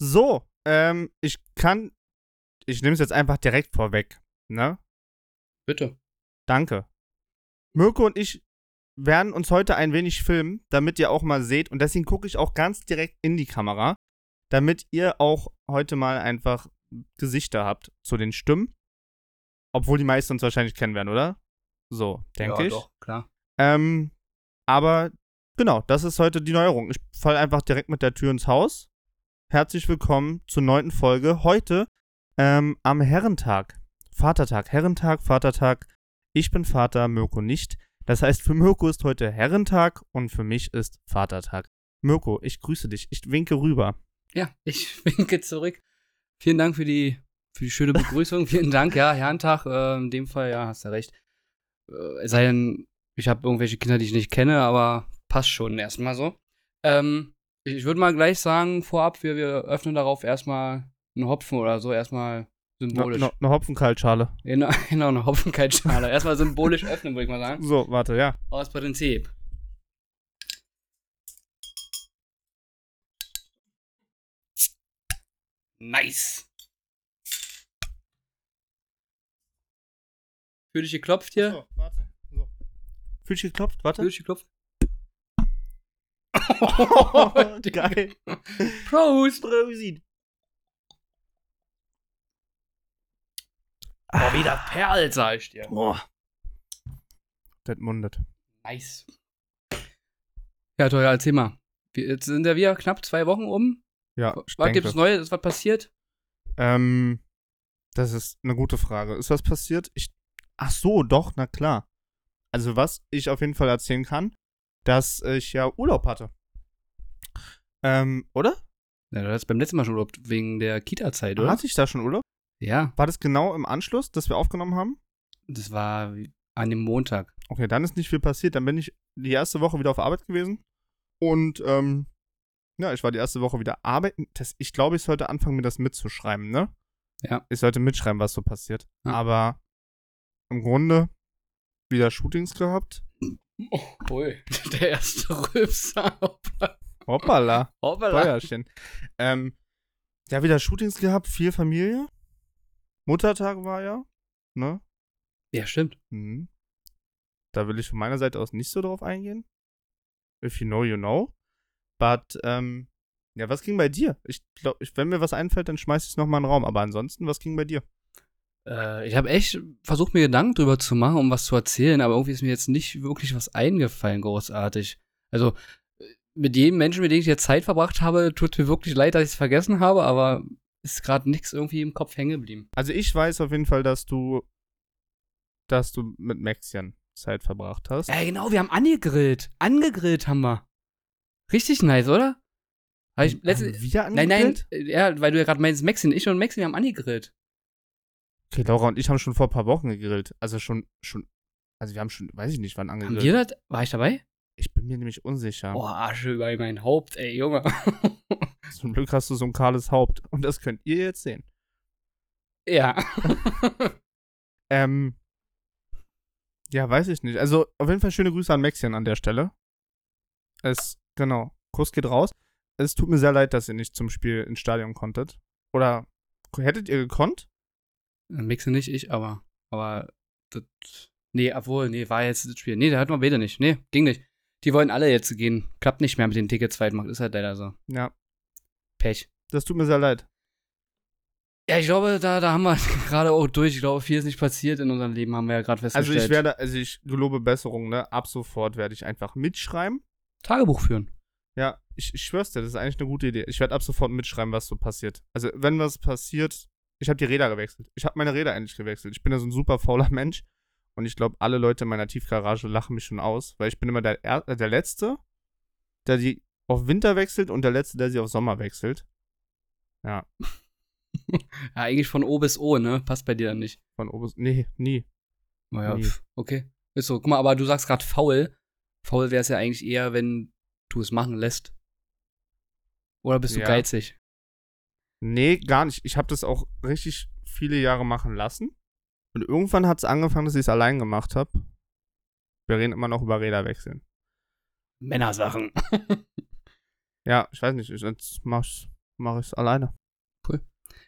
So, ähm, ich kann. Ich nehme es jetzt einfach direkt vorweg, ne? Bitte. Danke. Mirko und ich werden uns heute ein wenig filmen, damit ihr auch mal seht. Und deswegen gucke ich auch ganz direkt in die Kamera, damit ihr auch heute mal einfach Gesichter habt zu den Stimmen. Obwohl die meisten uns wahrscheinlich kennen werden, oder? So, denke ja, ich. doch, klar. Ähm, aber genau, das ist heute die Neuerung. Ich falle einfach direkt mit der Tür ins Haus. Herzlich willkommen zur neunten Folge. Heute ähm, am Herrentag. Vatertag, Herrentag, Vatertag. Ich bin Vater, Mirko nicht. Das heißt, für Mirko ist heute Herrentag und für mich ist Vatertag. Mirko, ich grüße dich. Ich winke rüber. Ja, ich winke zurück. Vielen Dank für die, für die schöne Begrüßung. Vielen Dank, ja, Herrentag. Äh, in dem Fall, ja, hast du recht. Äh, es sei denn, ich habe irgendwelche Kinder, die ich nicht kenne, aber passt schon erstmal so. Ähm, ich ich würde mal gleich sagen, vorab, wir, wir öffnen darauf erstmal einen Hopfen oder so, erstmal Eine symbolisch. no, no Hopfenkaltschale. Genau, genau eine Hopfenkaltschale. erstmal symbolisch öffnen, würde ich mal sagen. So, warte, ja. Aus Prinzip. Nice. Für dich geklopft hier? So, warte. So. Fühl dich geklopft, Für warte. dich geklopft? Geil. Prost! Prosit. Boah, wieder Perl, sag ich dir. Boah. Das mundet. Nice. Ja, toll, erzähl mal. Wir- Jetzt sind ja wieder knapp zwei Wochen um. Ja, ich Was denke. gibt's Neues? Ist was passiert? Ähm, das ist eine gute Frage. Ist was passiert? Ich, ach so, doch, na klar. Also was ich auf jeden Fall erzählen kann, dass ich ja Urlaub hatte. Ähm, oder? Ja, du hattest beim letzten Mal schon Urlaub wegen der Kita-Zeit, oder? Hatte ich da schon Urlaub? Ja. War das genau im Anschluss, dass wir aufgenommen haben? Das war an dem Montag. Okay, dann ist nicht viel passiert. Dann bin ich die erste Woche wieder auf Arbeit gewesen. Und, ähm, ja, ich war die erste Woche wieder arbeiten. Das, ich glaube, ich sollte anfangen, mir das mitzuschreiben, ne? Ja. Ich sollte mitschreiben, was so passiert. Ja. Aber im Grunde wieder Shootings gehabt. Oh, boy. Der erste Rübser. Hoppala, Hoppala. Feuerchen. ähm, ja, wieder Shootings gehabt, viel Familie. Muttertag war ja, ne? Ja, stimmt. Mhm. Da will ich von meiner Seite aus nicht so drauf eingehen. If you know, you know. But, ähm, ja, was ging bei dir? Ich glaube, ich, wenn mir was einfällt, dann schmeiß ich es nochmal in den Raum. Aber ansonsten, was ging bei dir? Äh, ich habe echt versucht, mir Gedanken drüber zu machen, um was zu erzählen, aber irgendwie ist mir jetzt nicht wirklich was eingefallen, großartig. Also, äh, mit jedem Menschen, mit dem ich jetzt Zeit verbracht habe, tut mir wirklich leid, dass ich es vergessen habe, aber ist gerade nichts irgendwie im Kopf hängen geblieben. Also ich weiß auf jeden Fall, dass du, dass du mit Maxian Zeit verbracht hast. Ja, genau, wir haben angegrillt. Angegrillt haben wir. Richtig nice, oder? Hab ich letzte, Haben wir nein, nein, angegrillt? äh, ja, weil du ja gerade meinst, Maxi, und ich und Maxi haben angegrillt. Okay, Laura und ich haben schon vor ein paar Wochen gegrillt. Also schon, schon, also wir haben schon, weiß ich nicht, wann Haben angegrillt. wir das? War ich dabei? Ich bin mir nämlich unsicher. Oh, Asche über mein Haupt, ey, Junge. Zum Glück hast du so ein kahles Haupt. Und das könnt ihr jetzt sehen. ja. Ähm, ja, weiß ich nicht. Also auf jeden Fall schöne Grüße an Maxian an der Stelle. Es, genau, Kuss geht raus. Es tut mir sehr leid, dass ihr nicht zum Spiel ins Stadion konntet. Oder hättet ihr gekonnt? Mixe nicht, ich, aber. Aber. Das, nee, obwohl, nee, war jetzt das Spiel. Nee, da hatten wir beide nicht. Nee, ging nicht. Die wollen alle jetzt gehen. Klappt nicht mehr mit den Tickets Zweitmarkt. Ist halt leider so. Ja, Pech. das tut mir sehr leid. Ja, ich glaube, da, da haben wir gerade auch durch. Ich glaube, viel ist nicht passiert in unserem Leben, haben wir ja gerade Also festgestellt. ich werde, also ich gelobe Besserung, ne? Ab sofort werde ich einfach mitschreiben. Tagebuch führen. Ja, ich, ich schwör's dir, das ist eigentlich eine gute Idee. Ich werde ab sofort mitschreiben, was so passiert. Also, wenn was passiert, ich habe die Räder gewechselt. Ich habe meine Räder endlich gewechselt. Ich bin ja so ein super fauler Mensch. Und ich glaube, alle Leute in meiner Tiefgarage lachen mich schon aus, weil ich bin immer der, Er- äh, der Letzte, der die auf Winter wechselt und der Letzte, der sie auf Sommer wechselt. Ja, eigentlich von O bis O, ne? Passt bei dir dann nicht. Von Obus. Nee, nie. Naja, Nee. pf, okay. Ist so. Guck mal, aber du sagst gerade faul. Faul wäre es ja eigentlich eher, wenn du es machen lässt. Oder bist du Ja. geizig? Nee, gar nicht. Ich habe das auch richtig viele Jahre machen lassen. Und irgendwann hat es angefangen, dass ich es allein gemacht habe. Wir reden immer noch über Räder wechseln. Männersachen. Ja, ich weiß nicht. Ich, jetzt mach's. mache ich es alleine.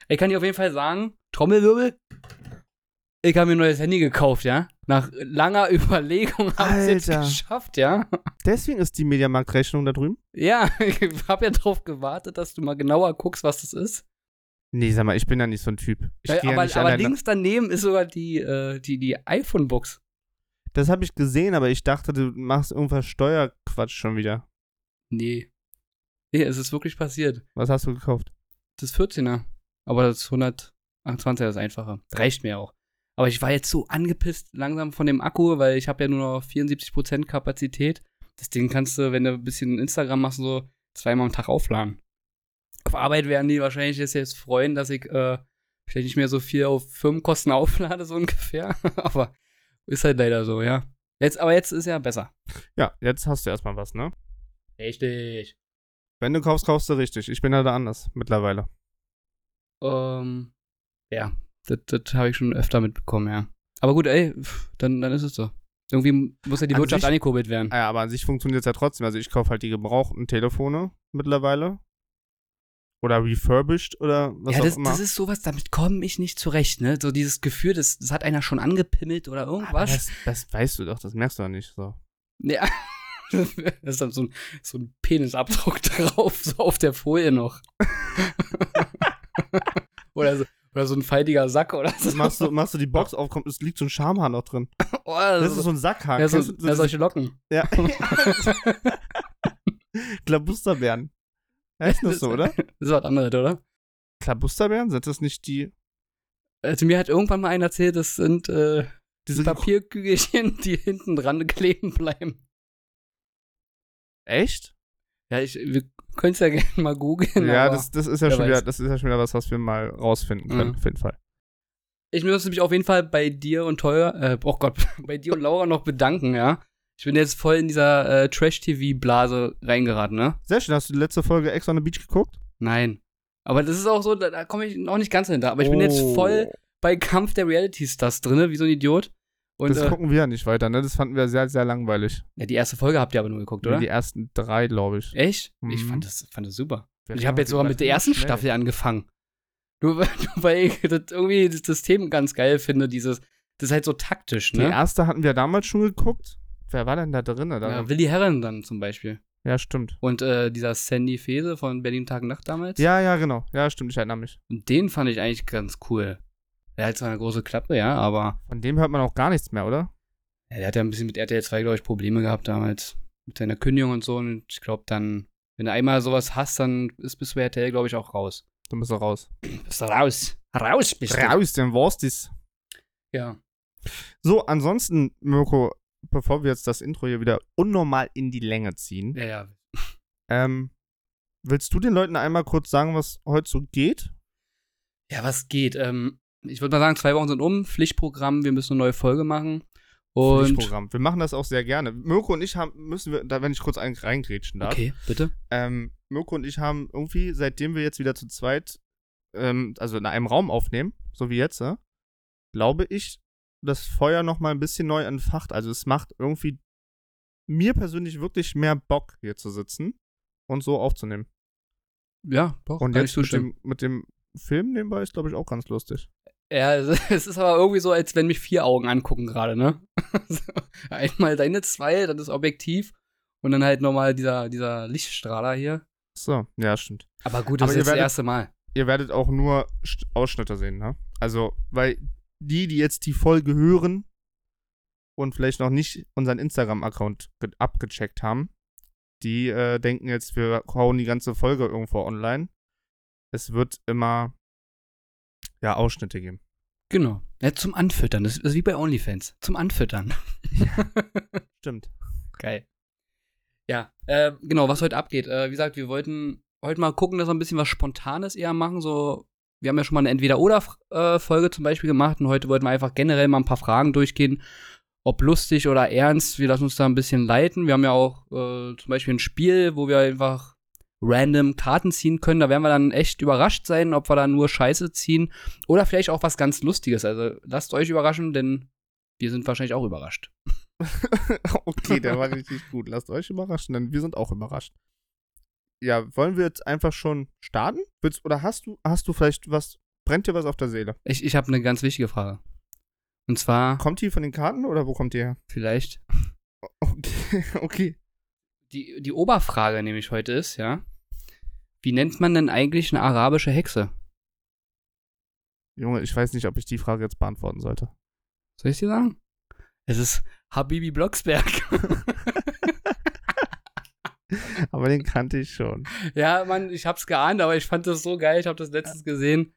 Ich kann dir auf jeden Fall sagen, Trommelwirbel, ich habe mir ein neues Handy gekauft, ja. Nach langer Überlegung habe ich es jetzt Alter. geschafft, ja. Deswegen ist die Mediamarkt-Rechnung da drüben. Ja, ich habe ja drauf gewartet, dass du mal genauer guckst, was das ist. Nee, sag mal, ich bin ja nicht so ein Typ. Ich Ja, gehe ja aber nicht aber alleine. links daneben ist sogar die, äh, die, die iPhone-Box. Das habe ich gesehen, aber ich dachte, du machst irgendwas Steuerquatsch schon wieder. Nee. Nee, es ist wirklich passiert. Was hast du gekauft? Das 14er. Aber das 128er ist einfacher. Reicht mir auch. Aber ich war jetzt so angepisst langsam von dem Akku, weil ich habe ja nur noch 74% Kapazität. Das Ding kannst du, wenn du ein bisschen Instagram machst, und so zweimal am Tag aufladen. Auf Arbeit werden die wahrscheinlich jetzt, jetzt freuen, dass ich äh, vielleicht nicht mehr so viel auf Firmenkosten auflade, so ungefähr. aber ist halt leider so, ja. Jetzt, aber jetzt ist ja besser. Ja, jetzt hast du erstmal was, ne? Richtig. Wenn du kaufst, kaufst du richtig. Ich bin ja da anders mittlerweile. Ähm, ja, das, das habe ich schon öfter mitbekommen, ja. Aber gut, ey, pf, dann, dann ist es so. Irgendwie muss ja die An Wirtschaft sich- angekurbelt werden. Ah Ja, aber an sich funktioniert es ja trotzdem. Also ich kaufe halt die gebrauchten Telefone mittlerweile. Oder refurbished oder was ja, auch das, immer. das ist sowas, damit komme ich nicht zurecht, ne? So dieses Gefühl, das, das hat einer schon angepimmelt oder Aber irgendwas. das, das weißt du doch, das merkst du doch nicht so. Ja. Das ist dann so ein, so ein Penisabdruck drauf, so auf der Folie noch. oder, so, oder so ein faltiger Sack oder so. Machst du, machst du die Box auf, kommt, es liegt so ein Schamhaar noch drin. oh, Das das ist so ein Sackhaar. ja, so, Kennst du ja, diese solche Locken. Klabusterbeeren. Heißt das so, oder? Das ist was anderes, oder? Klabusterbeeren? Sind das nicht die. Also mir hat irgendwann mal einer erzählt, das sind äh, Diese Papierkügelchen, die hinten dran kleben bleiben. Echt? Ja, ich, wir können es ja gerne mal googeln. ja, aber das, das ist ja Genau. wer schon wieder, weiß. das ist ja schon wieder was, was wir mal rausfinden können, Mhm. auf jeden Fall. ich muss mich auf jeden Fall bei dir und Teuer, äh, oh Gott, bei dir und Laura noch bedanken, ja. Ich bin jetzt voll in dieser äh, Trash-TV-Blase reingeraten, ne? Sehr schön, hast du die letzte Folge Ex on the Beach geguckt? Nein. Aber das ist auch so, da, da komme ich noch nicht ganz hinter. Aber ich bin jetzt Oh. voll bei Kampf der Reality-Stars drinne, wie so ein Idiot. Und Das äh, gucken wir ja nicht weiter, ne? Das fanden wir sehr, sehr langweilig. ja, die erste Folge habt ihr aber nur geguckt, oder? Die ersten drei, glaube ich. Echt? Ich Mhm. fand das, fand das super. Wir Ich haben habe jetzt die sogar mit der gleichen ersten schnell. Staffel angefangen. Nur, weil- nur weil ich das irgendwie das System ganz geil finde, dieses, das ist halt so taktisch, Die ne? erste hatten wir damals schon geguckt. Wer war denn da drin? Da? Ja, Ja, Willi Herren dann zum Beispiel. stimmt. Und äh, dieser Sandy Fese von Berlin Tag und Nacht damals. Ja, ja, genau. Ja, stimmt, ich erinnere mich. Und den fand ich eigentlich ganz cool. Er hat zwar eine große Klappe, ja, aber Von dem hört man auch gar nichts mehr, oder? ja, der hat ja ein bisschen mit RTL 2, glaube ich, Probleme gehabt damals. Mit seiner Kündigung und so. Und ich glaube dann, wenn du einmal sowas hast, dann ist bist du bei RTL, glaube ich, auch raus. Du bist doch raus. Bist du raus. Raus bist du. Raus, denn warst dies. Ja. So, ansonsten, Mirko, bevor wir jetzt das Intro hier wieder unnormal in die Länge ziehen, Ja, ja. ähm, willst du den Leuten einmal kurz sagen, was heute so geht? Ja, was geht? Ähm, ich würde mal sagen, zwei Wochen sind um, Pflichtprogramm, wir müssen eine neue Folge machen. Und Programm. Wir machen das auch sehr gerne. Mirko und ich haben, müssen wir, da wenn ich kurz ein- reingrätschen darf, Okay, bitte. ähm, Mirko und ich haben irgendwie, seitdem wir jetzt wieder zu zweit, ähm, also in einem Raum aufnehmen, so wie jetzt, äh, glaube ich, das Feuer noch mal ein bisschen neu entfacht. Also es macht irgendwie mir persönlich wirklich mehr Bock, hier zu sitzen und so aufzunehmen. Ja, doch, Und kann ich jetzt mit zustimmen. dem, mit dem Film nebenbei ist, glaube ich, auch ganz lustig. Ja, es es ist aber irgendwie so, als wenn mich vier Augen angucken gerade, ne? So, Einmal deine zwei, dann das Objektiv und dann halt nochmal dieser, dieser Lichtstrahler hier. So, ja, stimmt. Aber gut, Aber ihr das ist jetzt das werdet- erste Mal. Ihr werdet auch nur St- Ausschnitte sehen, ne? Also, weil die, die jetzt die Folge hören und vielleicht noch nicht unseren Instagram-Account ge- abgecheckt haben, die äh, denken jetzt, wir hauen die ganze Folge irgendwo online. Es wird immer, ja, Ausschnitte geben. Genau. Ja, zum Anfüttern. Das ist wie bei OnlyFans. Zum Anfüttern. Stimmt. Geil. Ja, äh, genau, was heute abgeht. Äh, wie gesagt, wir wollten heute mal gucken, dass wir ein bisschen was Spontanes eher machen. So, wir haben ja schon mal eine Entweder-Oder-Folge zum Beispiel gemacht und heute wollten wir einfach generell mal ein paar Fragen durchgehen. Ob lustig oder ernst, wir lassen uns da ein bisschen leiten. Wir haben ja auch äh, zum Beispiel ein Spiel, wo wir einfach random Karten ziehen können. Da werden wir dann echt überrascht sein, ob wir da nur Scheiße ziehen oder vielleicht auch was ganz Lustiges. Also lasst euch überraschen, denn wir sind wahrscheinlich auch überrascht. okay, der war richtig gut. Lasst euch überraschen, denn wir sind auch überrascht. ja, wollen wir jetzt einfach schon starten? Willst, oder hast du, hast du vielleicht was, brennt dir was auf der Seele? Ich, ich habe eine ganz wichtige Frage. Und zwar, Kommt die von den Karten oder wo kommt die her? vielleicht, Okay, okay. die, die Oberfrage nämlich heute ist, ja, wie nennt man denn eigentlich eine arabische Hexe? Junge, ich weiß nicht, ob ich die Frage jetzt beantworten sollte. Soll ich dir sagen? Es ist Habibi Blocksberg. Aber den kannte ich schon. ja, Mann, ich hab's geahnt, aber ich fand das so geil. Ich habe das letztens gesehen.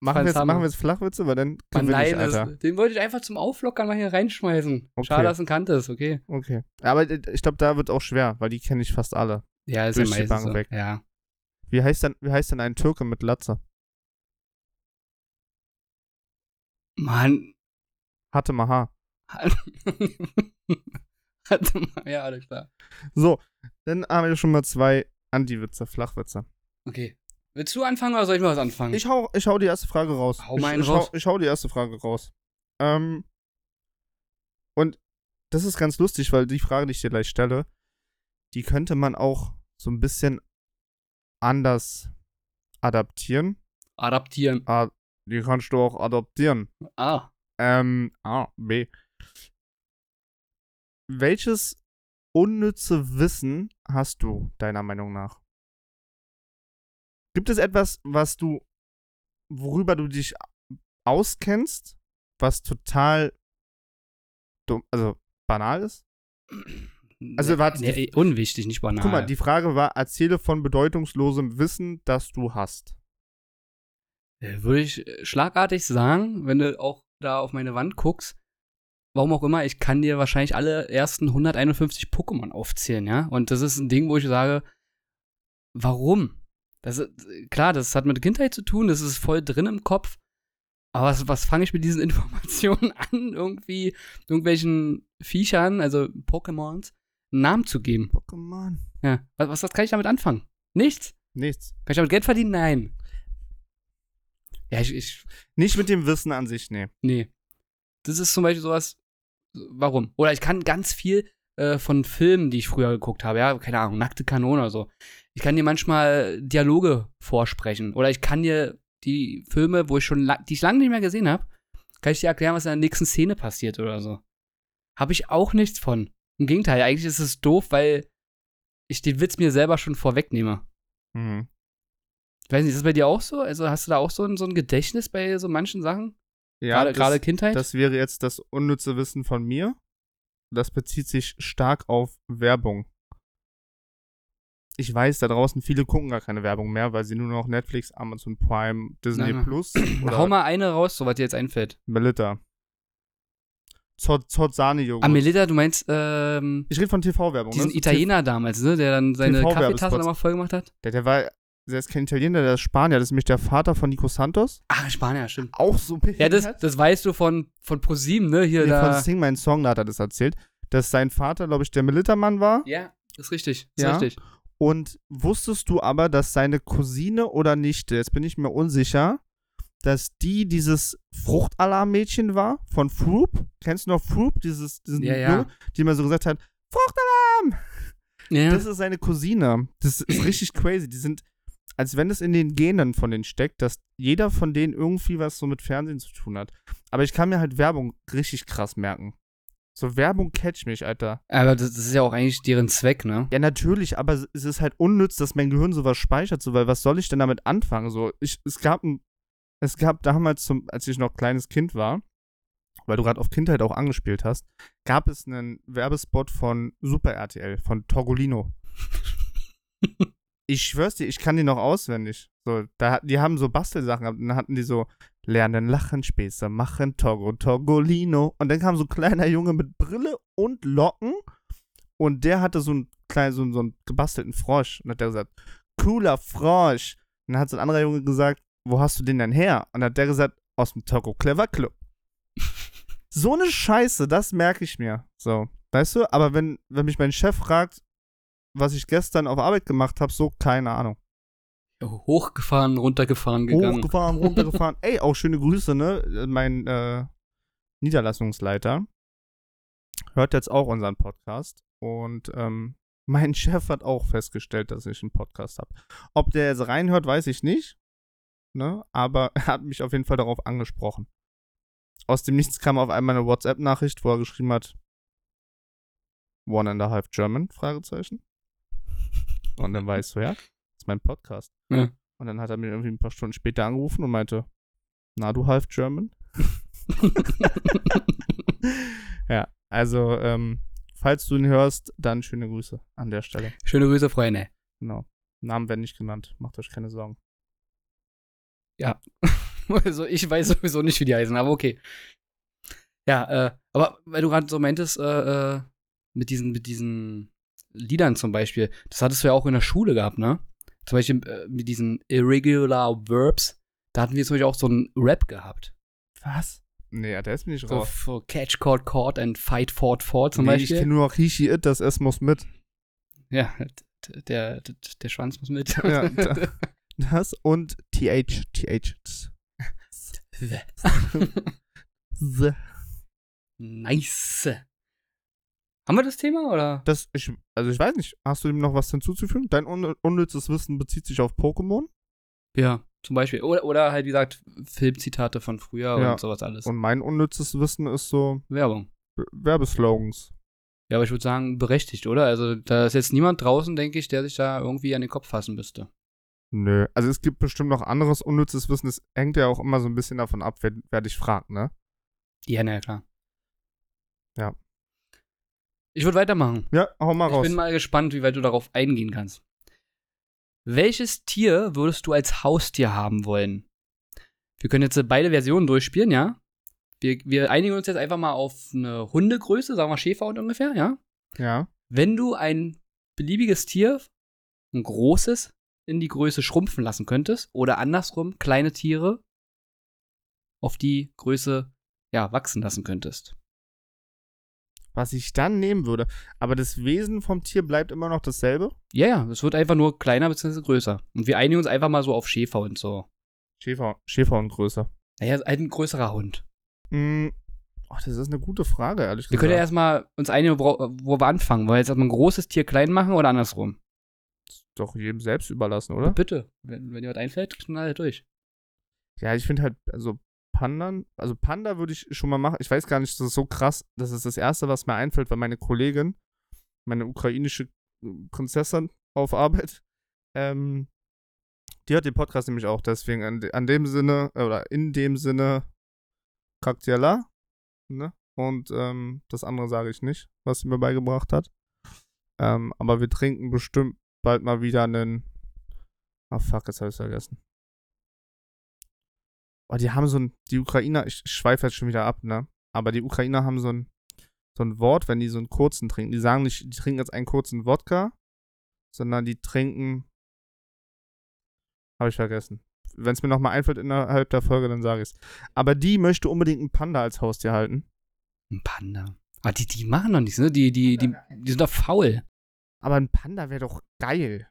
Machen wir, jetzt, Hammer. machen wir jetzt Flachwitze, weil dann Man, gewinne ich, nein, Alter. das, den wollte ich einfach zum Auflockern mal hier reinschmeißen. Okay. Schade, dass du ihn kanntest, okay. Okay. Aber äh, ich glaube, da wird auch schwer, weil die kenne ich fast alle. Ja, ist Durch die ja meistens Bank so. weg. Ja. Wie heißt denn, wie heißt denn ein Türke mit Latze? Mann. Hatte Maha. Warte mal, ja, alles klar. So, dann haben wir schon mal zwei Anti-Witze, Flachwitze. Okay. Willst du anfangen oder soll ich mal was anfangen? Ich hau, ich hau die erste Frage raus. Hau ich, mal einen ich, raus. Hau, ich hau die erste Frage raus. Ähm, und das ist ganz lustig, weil die Frage, die ich dir gleich stelle, die könnte man auch so ein bisschen anders adaptieren. Adaptieren. Ah, die kannst du auch adoptieren. Ah. Ähm, A, B. Welches unnütze Wissen hast du, deiner Meinung nach? Gibt es etwas, was du, worüber du dich auskennst, was total dumm, also banal ist? Also, warte, Nee, die- ey, unwichtig, nicht banal. Guck mal, die Frage war, erzähle von bedeutungslosem Wissen, das du hast. Äh, Würde ich äh, schlagartig sagen, wenn du auch da auf meine Wand guckst, warum auch immer, ich kann dir wahrscheinlich alle ersten 151 Pokémon aufzählen, ja? Und das ist ein Ding, wo ich sage, warum? Das ist, äh, klar, das hat mit Kindheit zu tun, das ist voll drin im Kopf. Aber was, was fange ich mit diesen Informationen an, irgendwie irgendwelchen Viechern, also Pokémons, einen Namen zu geben? Pokémon. Ja. Was, was, was kann ich damit anfangen? Nichts. Nichts. Kann ich damit Geld verdienen? Nein. Ja, ich, ich Nicht mit dem Wissen an sich, nee. Nee. Das ist zum Beispiel sowas. Warum? Oder ich kann ganz viel äh, von Filmen, die ich früher geguckt habe, ja, keine Ahnung, nackte Kanone oder so. Ich kann dir manchmal Dialoge vorsprechen. Oder ich kann dir die Filme, wo ich schon la- die ich lange nicht mehr gesehen habe, kann ich dir erklären, was in der nächsten Szene passiert oder so. Habe ich auch nichts von. Im Gegenteil, eigentlich ist es doof, weil ich den Witz mir selber schon vorwegnehme. Mhm. Ich weiß nicht, ist das bei dir auch so? Also hast du da auch so ein, so ein Gedächtnis bei so manchen Sachen? Ja, gerade, das- gerade Kindheit? Das wäre jetzt das unnütze Wissen von mir. Das bezieht sich stark auf Werbung. Ich weiß, da draußen viele gucken gar keine Werbung mehr, weil sie nur noch Netflix, Amazon Prime, Disney Nein, nein. Plus Na, hau oder mal eine raus, so was dir jetzt einfällt. Melitta. Zott Zott Sahne Joghurt. Amelita, du meinst ähm, ich rede von TV-Werbung. diesen ne? Italiener damals, ne, der dann seine TV-Werbespots. Kaffeetasse nochmal voll gemacht hat? Der, der war, der ist kein Italiener, der ist Spanier. Das ist nämlich der Vater von Nico Santos. Ach, Ah, Spanier, stimmt. Auch so Ja, das, behindert. das weißt du von, von ProSieben, ne? Hier Nee, da. von Sing Mein Song, da hat er das erzählt, dass sein Vater, glaube ich, der Melitta-Mann war. ja, ist richtig. Ist Ja. richtig. Und wusstest du aber, dass seine Cousine oder Nichte, jetzt bin ich mir unsicher, dass die dieses Fruchtalarm-Mädchen war von Froop? Kennst du noch Froop? Dieses, diesen Ja, ja. Junge, die immer so gesagt hat, Fruchtalarm! Ja. Das ist seine Cousine. Das ist richtig crazy. Die sind, als wenn es in den Genen von denen steckt, dass jeder von denen irgendwie was so mit Fernsehen zu tun hat. Aber ich kann mir halt Werbung richtig krass merken. So Werbung catch mich, Alter. Aber das, das ist ja auch eigentlich deren Zweck, ne? Ja, natürlich, aber es ist halt unnütz, dass mein Gehirn sowas speichert, so, weil was soll ich denn damit anfangen? So, ich, es gab ein, es gab damals, zum, als ich noch kleines Kind war, weil du gerade auf Kindheit auch angespielt hast, gab es einen Werbespot von Super RTL, von Torgolino. ich schwör's dir, ich kann die noch auswendig. So, da, hat- die haben so Bastelsachen gehabt und dann hatten die so, lernen lachen, Späße machen, Togo, Togolino. Und dann kam so ein kleiner Junge mit Brille und Locken und der hatte so einen kleinen, so einen, so einen gebastelten Frosch. Und hat der gesagt, cooler Frosch. Und dann hat so ein anderer Junge gesagt, wo hast du den denn her? Und hat der gesagt, aus dem Togo Clever Club. so eine Scheiße, das merke ich mir. So, weißt du? Aber wenn, wenn mich mein Chef fragt, was ich gestern auf Arbeit gemacht habe, so keine Ahnung. Hochgefahren, runtergefahren gegangen. Hochgefahren, runtergefahren. Ey, auch schöne Grüße, ne? Mein äh, Niederlassungsleiter hört jetzt auch unseren Podcast und ähm, Mein Chef hat auch festgestellt, dass ich einen Podcast habe. Ob der jetzt reinhört, weiß ich nicht. Ne? Aber er hat mich auf jeden Fall darauf angesprochen. Aus dem Nichts kam auf einmal eine WhatsApp-Nachricht, wo er geschrieben hat: One and a half German? Fragezeichen. Und dann war ich so, ja, das ist mein Podcast. Ja. Und dann hat er mir irgendwie ein paar Stunden später angerufen und meinte: Na, du half German? ja, also, ähm, falls du ihn hörst, dann schöne Grüße an der Stelle. Schöne Grüße, Freunde. Genau. Namen werden nicht genannt. Macht euch keine Sorgen. Also ich weiß sowieso nicht, wie die heißen, aber okay. Ja, äh, aber weil du gerade so meintest, äh, äh, mit diesen, mit diesen Liedern zum Beispiel, das hattest du ja auch in der Schule gehabt, ne? Zum Beispiel äh, mit diesen Irregular Verbs, da hatten wir zum Beispiel auch so einen Rap gehabt. Was? Nee, der ist mir nicht So raus. für Catch, Caught, Caught and Fight, Fought, Fought zum nee, ich Beispiel. kenne nur noch Hishi It, das S muss mit. Ja, d- der, der, der Schwanz muss mit. Ja, da- das und TH, TH. The. nice. Haben wir das Thema oder? Das, ich, also ich weiß nicht, hast du dem noch was hinzuzufügen? Dein un unnützes Wissen bezieht sich auf Pokémon Ja, zum Beispiel. Oder, oder halt, wie gesagt, Filmzitate von früher Ja. und sowas alles. und mein unnützes Wissen ist so Werbung. W- Werbeslogans. Ja, aber ich würde sagen, berechtigt, oder? Also, da ist jetzt niemand draußen, denke ich, der sich da irgendwie an den Kopf fassen müsste. Nö, also es gibt bestimmt noch anderes unnützes Wissen, es hängt ja auch immer so ein bisschen davon ab, wer, wer dich fragt, ne? Ja, na ja, klar. Ja. Ich würde weitermachen. Ja, hau mal ich raus. bin mal gespannt, wie weit du darauf eingehen kannst. Welches Tier würdest du als Haustier haben wollen? Wir können jetzt äh, beide Versionen durchspielen, ja? Wir, wir einigen uns jetzt einfach mal auf eine Hundegröße, sagen wir Schäferhund ungefähr, ja? ja. wenn du ein beliebiges Tier, ein großes, in die Größe schrumpfen lassen könntest oder andersrum kleine Tiere auf die Größe ja, wachsen lassen könntest. Was ich dann nehmen würde. Aber das Wesen vom Tier bleibt immer noch dasselbe. Ja, ja, es wird einfach nur kleiner bzw. größer. Und wir einigen uns einfach mal so auf Schäfer und so. Schäfer, Schäfer und größer. Naja, halt ein größerer Hund. Mm, ach, das ist eine gute Frage, ehrlich Wir gesagt. können ja erstmal uns einigen, wo, wo wir anfangen. Wollen wir jetzt erstmal ein großes Tier klein machen oder andersrum? Ist doch jedem selbst überlassen, oder? Bitte, wenn, wenn dir was einfällt, knall durch. Ja, ich finde halt, also Pandan, also Panda würde ich schon mal machen. Ich weiß gar nicht, das ist so krass. Das ist das Erste, was mir einfällt, weil meine Kollegin, meine ukrainische äh, Prinzessin auf Arbeit, ähm, die hört den Podcast nämlich auch. Deswegen an, de- an dem Sinne, äh, oder in dem Sinne, Kaktiala, ne? Und ähm, das andere sage ich nicht, was sie mir beigebracht hat. Ähm, aber wir trinken bestimmt bald mal wieder einen. Ah, fuck, jetzt habe ich vergessen. Oh, die haben so ein, die Ukrainer, ich schweife jetzt schon wieder ab, ne? Aber die Ukrainer haben so ein, so ein Wort, wenn die so einen kurzen trinken. Die sagen nicht, die trinken jetzt einen kurzen Wodka, sondern die trinken. Habe ich vergessen. Wenn es mir nochmal einfällt innerhalb der Folge, dann sage ich es. Aber die möchte unbedingt einen Panda als Haustier halten. Ein Panda. Aber die, die machen doch nichts, ne? Die, die, die, die sind doch faul. Aber ein Panda wäre doch geil.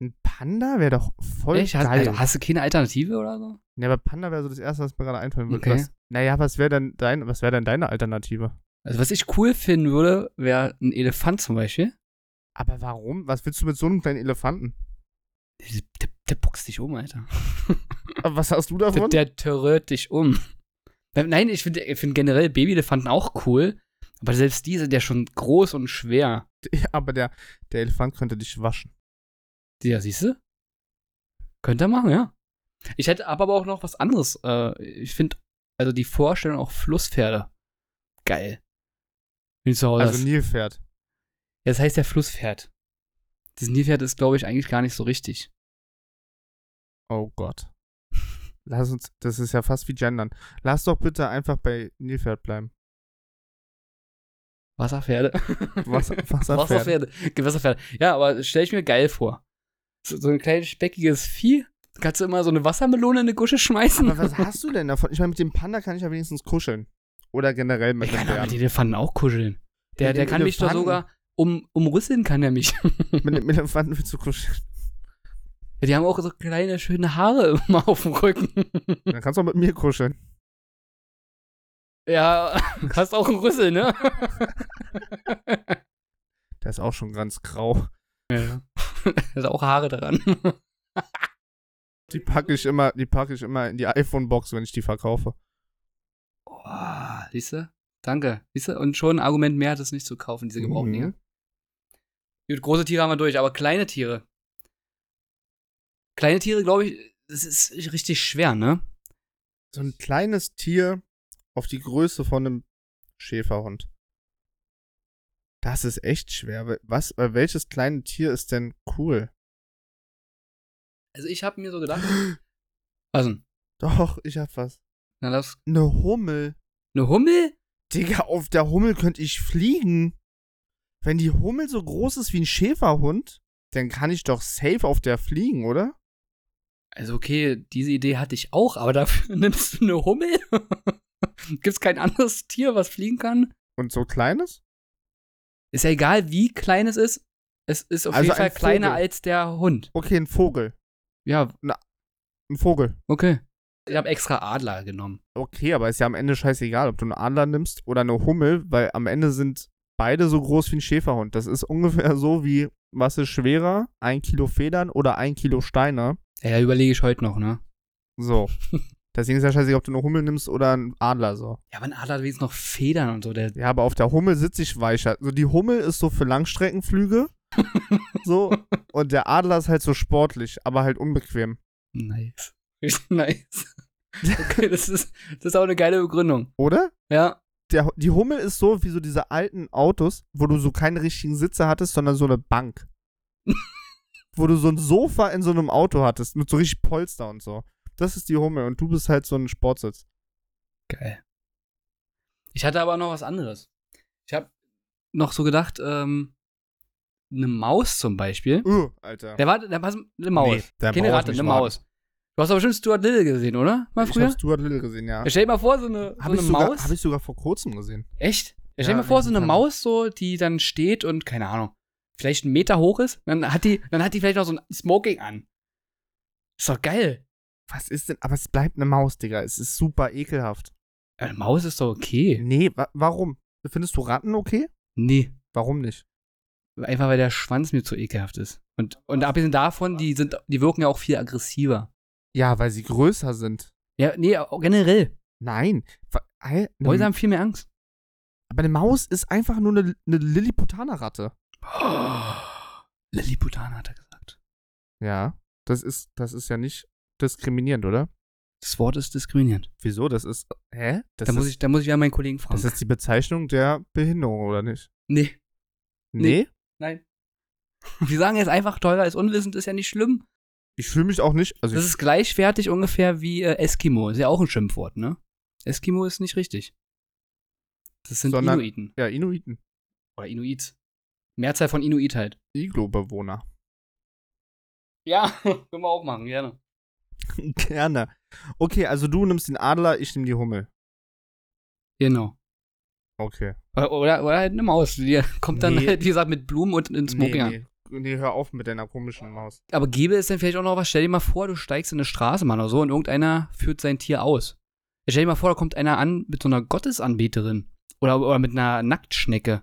Ein Panda wäre doch voll Echt? Hast, geil. also, hast du keine Alternative oder so? ja, aber Panda wäre so das Erste, was mir gerade einfallen würde. Okay. Was- Naja, was wäre denn, dein, was wär denn deine Alternative? Also, was ich cool finden würde, wäre ein Elefant zum Beispiel. Aber warum? Was willst du mit so einem kleinen Elefanten? Der, der, der boxt dich um, Alter. Aber was hast du Der, davon? der terrört dich um. Weil- Nein, ich finde ich find generell Babyelefanten auch cool. Aber selbst die sind ja schon groß und schwer. Ja, aber der, der Elefant könnte dich waschen. Die- Ja, siehst du? Könnte er machen, ja. Ich hätte aber auch noch was anderes. Äh, ich finde, also die Vorstellung auch Flusspferde. Geil. Bin ich zu Hause. also Nilpferd. Ja, das heißt ja Flusspferd. Das Nilpferd ist, glaube ich, eigentlich gar nicht so richtig. Oh Gott. Lass uns, das ist ja fast wie gendern. Lass doch bitte einfach bei Nilpferd bleiben. Wasserpferde. Was, Wasserpferd. Wasserpferde. Gewässerpferde. Ja, aber stelle ich mir geil vor. So, so ein kleines speckiges Vieh. Kannst du immer so eine Wassermelone in eine Gusche schmeißen? Aber was hast du denn davon? Ich meine, mit dem Panda kann ich ja wenigstens kuscheln. Oder generell mit ich dem kann aber Bären. mit Elefanten auch kuscheln. Der, Mit der dem kann mich doch Elefanten? sogar um, umrüsseln, kann er mich. Mit dem Elefanten willst du kuscheln. Die haben auch so kleine, schöne Haare immer auf dem Rücken. Dann kannst du auch mit mir kuscheln. Ja, hast auch einen Rüssel, ne? Der ist auch schon ganz grau. Ja. da sind auch Haare dran. Die packe ich immer, die packe ich immer in die iPhone-Box, wenn ich die verkaufe. Oh, siehst du? Danke. Siehst du? Und schon ein Argument mehr, das nicht zu kaufen, diese gebrauchten Dinge. Gut, große Tiere haben wir durch, aber kleine Tiere. Kleine Tiere, glaube ich, das ist richtig schwer, ne? So ein kleines Tier auf die Größe von einem Schäferhund. Das ist echt schwer. Was, äh, welches kleine Tier ist denn cool? Also ich habe mir so gedacht. Was denn? Doch, ich hab was. Na lass. Eine Hummel. Eine Hummel? Digga, auf der Hummel könnte ich fliegen. Wenn die Hummel so groß ist wie ein Schäferhund, dann kann ich doch safe auf der fliegen, oder? Also okay, diese Idee hatte ich auch, aber dafür nimmst du eine Hummel? Gibt's kein anderes Tier, was fliegen kann? Und so kleines? Ist ja egal, wie klein es ist. Es ist auf Also jeden Fall ein kleiner Vogel. als der Hund. Okay, ein Vogel. Ja, Ein Vogel. okay. Ich habe extra Adler genommen. Okay, aber ist ja am Ende scheißegal, ob du einen Adler nimmst oder eine Hummel, weil am Ende sind beide so groß wie ein Schäferhund. Das ist ungefähr so wie, was ist schwerer? Ein Kilo Federn oder ein Kilo Steine? Ja, ja überlege ich heute noch, ne? So. Deswegen ist ja scheißegal, ob du eine Hummel nimmst oder einen Adler, so. Ja, aber ein Adler hat wenigstens noch Federn und so. Der, Ja, aber auf der Hummel sitze ich weicher. So, die Hummel ist so für Langstreckenflüge. so. Und der Adler ist halt so sportlich, aber halt unbequem. nice. Richtig nice. Okay, das ist, das ist auch eine geile Begründung. Oder? Ja, Der, die Hummel ist so wie so diese alten Autos, wo du so keine richtigen Sitze hattest, sondern so eine Bank. wo du so ein Sofa in so einem Auto hattest, mit so richtig Polster und so. Das ist die Hummel und du bist halt so ein Sportsitz. Geil. Ich hatte aber noch was anderes. Ich habe noch so gedacht, ähm, eine Maus zum Beispiel. Uh, Alter. Der war, der war eine Maus. Nee, da brauch Keine ich Ratte, nicht eine warten. Maus. Du hast aber schon Stuart Little gesehen, oder? Mal Ich früher? hab Stuart Little gesehen, ja. Ja, stell dir mal vor, so eine, so Habe eine ich, sogar- Maus. hab ich sogar vor kurzem gesehen. Echt? Ja, stell dir Ja, mal vor, so eine interessant. Maus, so, die dann steht und, keine Ahnung, vielleicht einen Meter hoch ist. Dann hat die, dann hat die vielleicht noch so ein Smoking an. Ist doch geil. Was ist denn? Aber es bleibt eine Maus, Digga. Es ist super ekelhaft. Ja, Eine Äh, Maus ist doch okay. Nee, wa warum? Findest du Ratten okay? Nee. Warum nicht? Einfach weil der Schwanz mir zu ekelhaft ist. Und, und abgesehen davon, die, sind, die wirken ja auch viel aggressiver. Ja, weil sie größer sind. Ja, nee, auch generell. Nein. Wa- Al- ne- Mäuse haben viel mehr Angst. Aber eine Maus ist einfach nur eine, eine Lilliputaner-Ratte. Lilliputaner hat er gesagt. Ja. Das ist, das ist ja nicht diskriminierend, oder? Das Wort ist diskriminierend. Wieso? Das ist. Hä? Das Da muss, ist, ich, da muss ich ja meinen Kollegen fragen. das ist die Bezeichnung der Behinderung, oder nicht? nee, Nee. Nee. nein. Wir sagen jetzt einfach, teurer als unwissend ist ja nicht schlimm. Ich fühle mich auch nicht. Also Das ich, ist gleichwertig ungefähr wie äh, Eskimo. Ist ja auch ein Schimpfwort, ne? Eskimo ist nicht richtig. Das sind Sondern- Inuiten. ja, Inuiten. Oder Inuit. Mehrzahl von Inuit halt. Iglo-Bewohner. Ja, können wir auch machen, gerne. Gerne. Okay, also du nimmst den Adler, ich nehme die Hummel. Genau. Okay. Oder, oder, oder halt eine Maus, die kommt dann, Nee. halt, wie gesagt, mit Blumen und in Smoking an. nee, nee. nee, hör auf mit deiner komischen Maus. Aber gäbe es denn vielleicht auch noch was? Stell dir mal vor, du steigst in eine Straße, Mann, oder so, und irgendeiner führt sein Tier aus. Stell dir mal vor, da kommt einer an mit so einer Gottesanbeterin. Oder, oder mit einer Nacktschnecke.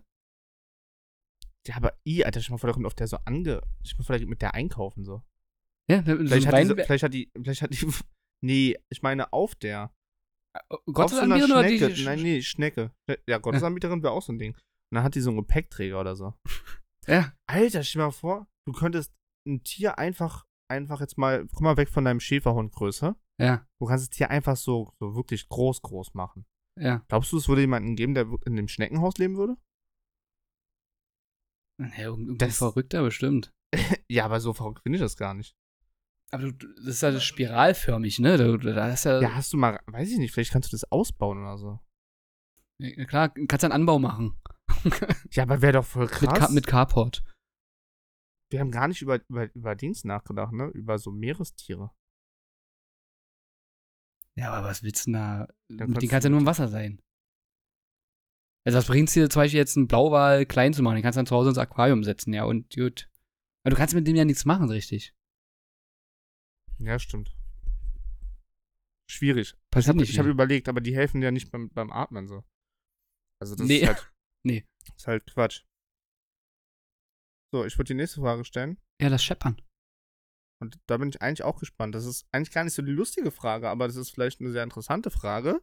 Ja, aber i, Alter, stell mal vor, da kommt auf der so ange. Stell mal vor, da geht mit der einkaufen so. Ja, so Vielleicht, ein hat, die, so- Weinbe- vielleicht hat die. Vielleicht hat die. Nee, ich meine auf der. Gottesanbeterin auf so oder einer die. Schnecke. Nein, nee, Schnecke. Ja, Gottesanbieterin wäre auch so ein Ding. Und dann hat die so einen Gepäckträger oder so. Ja. Alter, stell mal vor, du könntest ein Tier einfach. Einfach jetzt mal. Komm mal weg von deinem Schäferhundgröße. Ja, Du kannst das Tier einfach so, so wirklich groß, groß machen. ja. Glaubst du, es würde jemanden geben, der in dem Schneckenhaus leben würde? Hey, irgendein Das- Verrückter bestimmt. Ja, aber so verrückt finde ich das gar nicht. Aber du, du- das ist ja das spiralförmig, ne? Da, da ist ja, Ja, hast du mal, weiß ich nicht, vielleicht kannst du das ausbauen oder so. Klar, kannst du einen Anbau machen. Ja, aber wäre doch voll Mit, krass. Car mit Carport. Wir haben gar nicht über, über, über Dings nachgedacht, ne? Über so Meerestiere. Ja, aber was willst du denn da? Da mit kannst denen kannst du- ja nur im Wasser sein. Also was bringt's dir zum Beispiel jetzt einen Blauwal klein zu machen? Den kannst du dann zu Hause ins Aquarium setzen, ja und gut. Aber du kannst mit dem ja nichts machen, richtig. Ja, stimmt. Schwierig. Ich Passiert habe nicht. hab viel. überlegt, aber die helfen dir ja nicht beim, beim Atmen so. Also das Nee. ist halt. Nee. Ist halt Quatsch. So, ich würde die nächste Frage stellen. Ja, das Scheppern. Und da bin ich eigentlich auch gespannt. Das ist eigentlich gar nicht so die lustige Frage, aber das ist vielleicht eine sehr interessante Frage.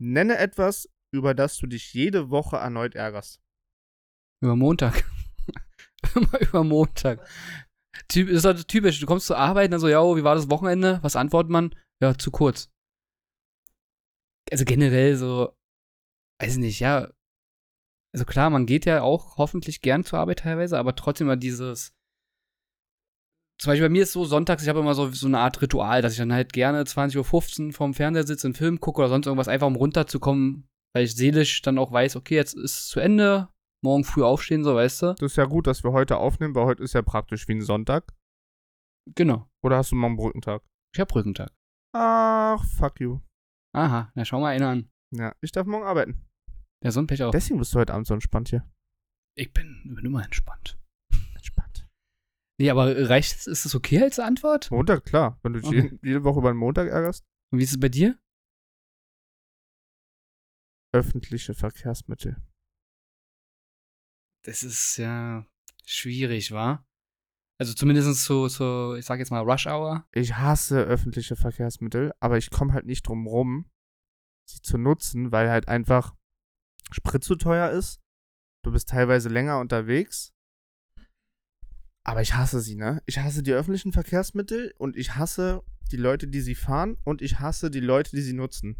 Nenne etwas, über das du dich jede Woche erneut ärgerst. Über Montag. Immer über Montag. Typ, das ist halt typisch. Du kommst zur Arbeit und dann so, ja, oh, wie war das Wochenende? Was antwortet man? Ja, zu kurz. Also generell so, weiß nicht, ja. Also klar, man geht ja auch hoffentlich gern zur Arbeit teilweise, aber trotzdem mal dieses. Zum Beispiel bei mir ist so sonntags, ich habe immer so, so eine Art Ritual, dass ich dann halt gerne 20.15 Uhr vorm Fernseher sitze, einen Film gucke oder sonst irgendwas, einfach um runterzukommen, weil ich seelisch dann auch weiß, okay, jetzt ist es zu Ende, morgen früh aufstehen, so weißt du. Das ist ja gut, dass wir heute aufnehmen, weil heute ist ja praktisch wie ein Sonntag. Genau. Oder hast du mal einen Brückentag? Ich habe Brückentag. Ach, fuck you. Aha, na schau mal einer an. Ja, ich darf morgen arbeiten. Der so ein Pech auch. Deswegen bist du heute Abend so entspannt hier. ich bin, bin immer entspannt. Entspannt. Nee, aber reicht es? Ist das okay als Antwort? Montag, klar. Wenn du dich Okay. jeden- jede Woche über den Montag ärgerst. Und wie ist es bei dir? Öffentliche Verkehrsmittel. Das ist ja schwierig, wa? Also zumindest zu, zu ich sag jetzt mal Rush Hour. Ich hasse öffentliche Verkehrsmittel, aber ich komme halt nicht drum rum, sie zu nutzen, weil halt einfach Sprit zu teuer ist. Du bist teilweise länger unterwegs. Aber ich hasse sie, ne? Ich hasse die öffentlichen Verkehrsmittel und ich hasse die Leute, die sie fahren und ich hasse die Leute, die sie nutzen.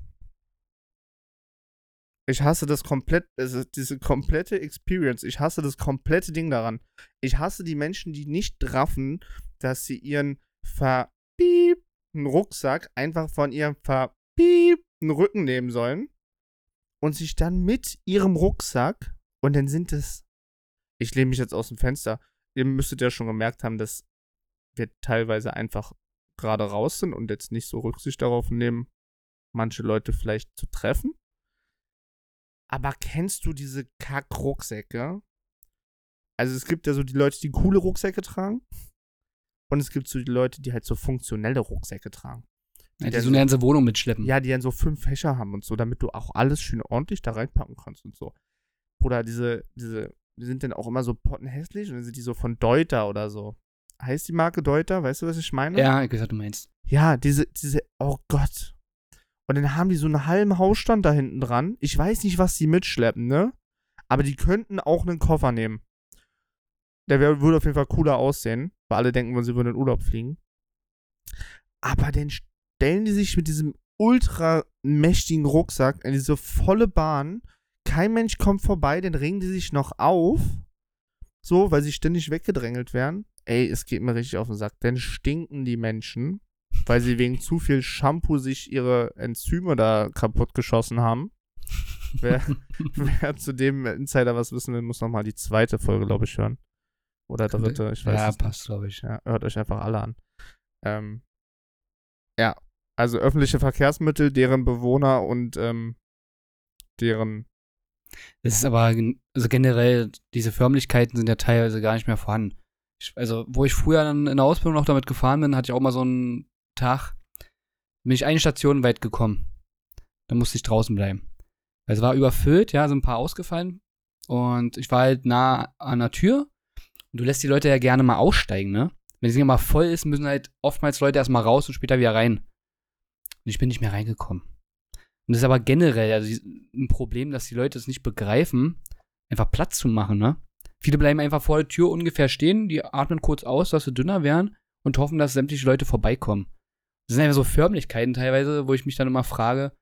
Ich hasse das komplett, also diese komplette Experience. Ich hasse das komplette Ding daran. Ich hasse die Menschen, die nicht raffen, dass sie ihren verpiepten Rucksack einfach von ihrem verpiepten Rücken nehmen sollen und sich dann mit ihrem Rucksack und dann sind es, ich lehne mich jetzt aus dem Fenster, ihr müsstet ja schon gemerkt haben, dass wir teilweise einfach gerade raus sind und jetzt nicht so Rücksicht darauf nehmen, manche Leute vielleicht zu treffen. Aber kennst du diese Kack-Rucksäcke? Also es gibt ja so die Leute, die coole Rucksäcke tragen. Und es gibt so die Leute, die halt so funktionelle Rucksäcke tragen. Ja, die Der so so- eine ganze Wohnung mitschleppen. Ja, die dann so fünf Fächer haben und so, damit du auch alles schön ordentlich da reinpacken kannst und so. Oder diese, diese, die sind dann auch immer so pottenhässlich und dann sind die so von Deuter oder so. Heißt die Marke Deuter? Weißt du, was ich meine? ja ich weiß, was du meinst. Ja, diese, diese, oh Gott. Und dann haben die so einen halben Hausstand da hinten dran. Ich weiß nicht, was die mitschleppen, ne? Aber die könnten auch einen Koffer nehmen. Der wär, würde auf jeden Fall cooler aussehen, weil alle denken, sie würden in Urlaub fliegen. Aber dann stellen die sich mit diesem ultra mächtigen Rucksack in diese volle Bahn. Kein Mensch kommt vorbei, dann regen die sich noch auf. So, weil sie ständig weggedrängelt werden. Ey, es geht mir richtig auf den Sack. Dann stinken die Menschen weil sie wegen zu viel Shampoo sich ihre Enzyme da kaputtgeschossen haben. Wer, wer zu dem Insider was wissen will, muss nochmal die zweite Folge, glaube ich, hören. Oder dritte, ich weiß Ja, es nicht. passt, glaube ich. Ja, hört euch einfach alle an. Ähm, ja, also öffentliche Verkehrsmittel, deren Bewohner und ähm, deren. Das ist aber, gen- also generell, diese Förmlichkeiten sind ja teilweise gar nicht mehr vorhanden. Ich, also, wo ich früher dann in der Ausbildung noch damit gefahren bin, hatte ich auch mal so einen Tag, bin ich eine Station weit gekommen. Da musste ich draußen bleiben. Es war überfüllt, ja, sind ein paar ausgefallen. Und ich war halt nah an der Tür. Und du lässt die Leute ja gerne mal aussteigen, ne? Wenn das Ding mal voll ist, müssen halt oftmals Leute erstmal raus und später wieder rein. Und ich bin nicht mehr reingekommen. Und das ist aber generell also die- ein Problem, dass die Leute es nicht begreifen, einfach Platz zu machen, ne? Viele bleiben einfach vor der Tür ungefähr stehen, die atmen kurz aus, dass sie dünner werden und hoffen, dass sämtliche Leute vorbeikommen. Das sind einfach so Förmlichkeiten teilweise, wo ich mich dann immer frage,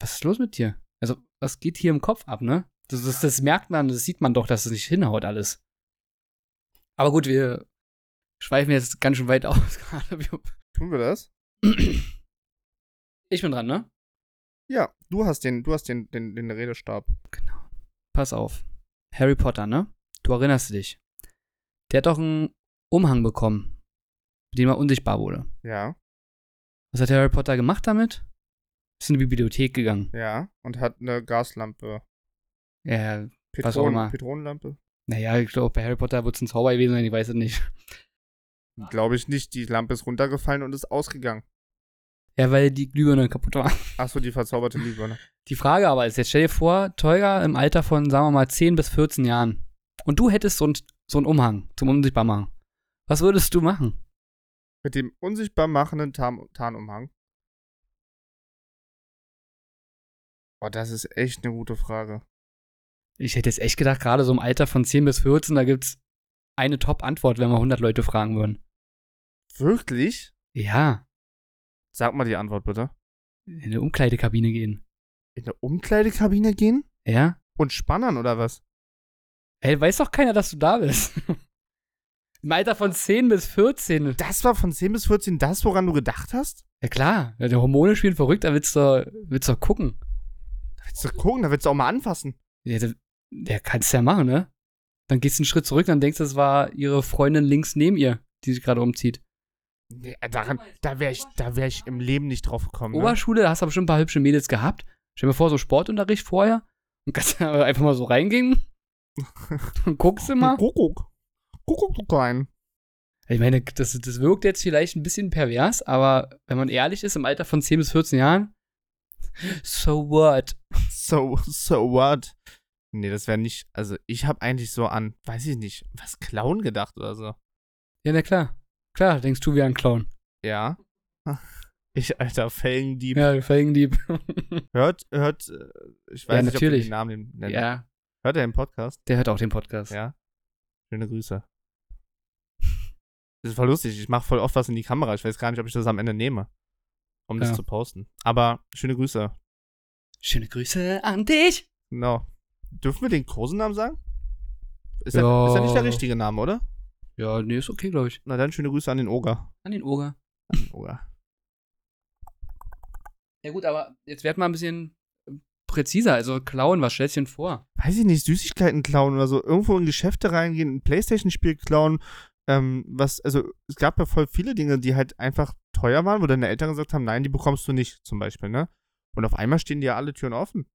was ist los mit dir? Also, was geht hier im Kopf ab, ne? Das, das, das merkt man, das sieht man doch, dass es nicht hinhaut alles. Aber gut, wir schweifen jetzt ganz schön weit aus gerade. Tun wir das? Ich bin dran, ne? Ja, du hast den, du hast den, den, den Redestab. pass auf. Harry Potter, ne? Du erinnerst dich. Der hat doch einen Umhang bekommen, mit dem er unsichtbar wurde. Ja, Was hat Harry Potter gemacht damit? Ist in die Bibliothek gegangen. ja. Und hat eine Gaslampe. Ja, Was auch immer. Petronen, Petronenlampe. naja, ich glaube, bei Harry Potter wird es ein Zauber gewesen sein, ich weiß es nicht. Glaube ich nicht. Die Lampe ist runtergefallen und ist ausgegangen. Ja, weil die Glühbirne kaputt war. Achso, die verzauberte Glühbirne. Die Frage aber ist, jetzt stell dir vor, Teuger im Alter von, sagen wir mal, 10 bis 14 Jahren und du hättest so, ein, so einen Umhang zum Unsichtbarmachen, was würdest du machen? Mit dem unsichtbar machenden Tarn Tarnumhang. Oh, das ist echt eine gute Frage. Ich hätte jetzt echt gedacht, gerade so im Alter von 10 bis 14, da gibt's eine Top-Antwort, wenn wir 100 Leute fragen würden. Wirklich? Ja, Sag mal die Antwort bitte. in eine Umkleidekabine gehen. In eine Umkleidekabine gehen? Ja? Und spannern oder was? Ey, weiß doch keiner, dass du da bist. Im Alter von 10 bis 14. Das war von 10 bis 14 das, woran du gedacht hast? Ja klar, ja, die Hormone spielen verrückt, da willst du, willst du gucken. Da willst du gucken, da willst du auch mal anfassen. Ja, da, ja, kannst du ja machen, ne? Dann gehst du einen Schritt zurück, dann denkst du, das war ihre Freundin links neben ihr, die sich gerade umzieht. Nee, äh, daran, da wäre ich, da wär ich im Leben nicht drauf gekommen. Ne? Oberschule, da hast du bestimmt ein paar hübsche Mädels gehabt. Stell dir vor, so Sportunterricht vorher. Und kannst da einfach mal so reingehen. Und guckst immer. Kuckuck. Kuckuck, du Klein. Ich meine, das, das wirkt jetzt vielleicht ein bisschen pervers, aber wenn man ehrlich ist, im Alter von 10 bis 14 Jahren, so what? So, so what? Nee, das wäre nicht, also ich habe eigentlich so an, weiß ich nicht, was klauen gedacht oder so. Ja, na klar. Klar, denkst du wie ein Clown. Ja. Ich, alter Felgendieb. Ja, Felgendieb. Hört, hört, äh, ich weiß Ja, nicht, ob natürlich. ich den Namen nennen. ja, Hört er den Podcast? der hört auch den Podcast. Ja. Schöne Grüße. Das ist voll lustig. Ich mache voll oft was in die Kamera. Ich weiß gar nicht, ob ich das am Ende nehme, um das Ja. zu posten. Aber schöne Grüße. Schöne Grüße an dich. Genau. Dürfen wir den Kursennamen sagen? Ist Ja. ja ist ja nicht der richtige Name, oder? Ja, nee, ist okay, glaube ich. Na dann schöne Grüße an den Oger. An den Oger. An den Oger. Ja gut, aber jetzt werd mal ein bisschen präziser. Also klauen, was stellst du denn vor? Weiß ich nicht, Süßigkeiten klauen oder so. Irgendwo in Geschäfte reingehen, ein Playstation-Spiel klauen. Ähm, was, also es gab ja voll viele Dinge, die halt einfach teuer waren, wo deine Eltern gesagt haben, nein, die bekommst du nicht, zum Beispiel, ne? Und auf einmal stehen dir ja alle Türen offen.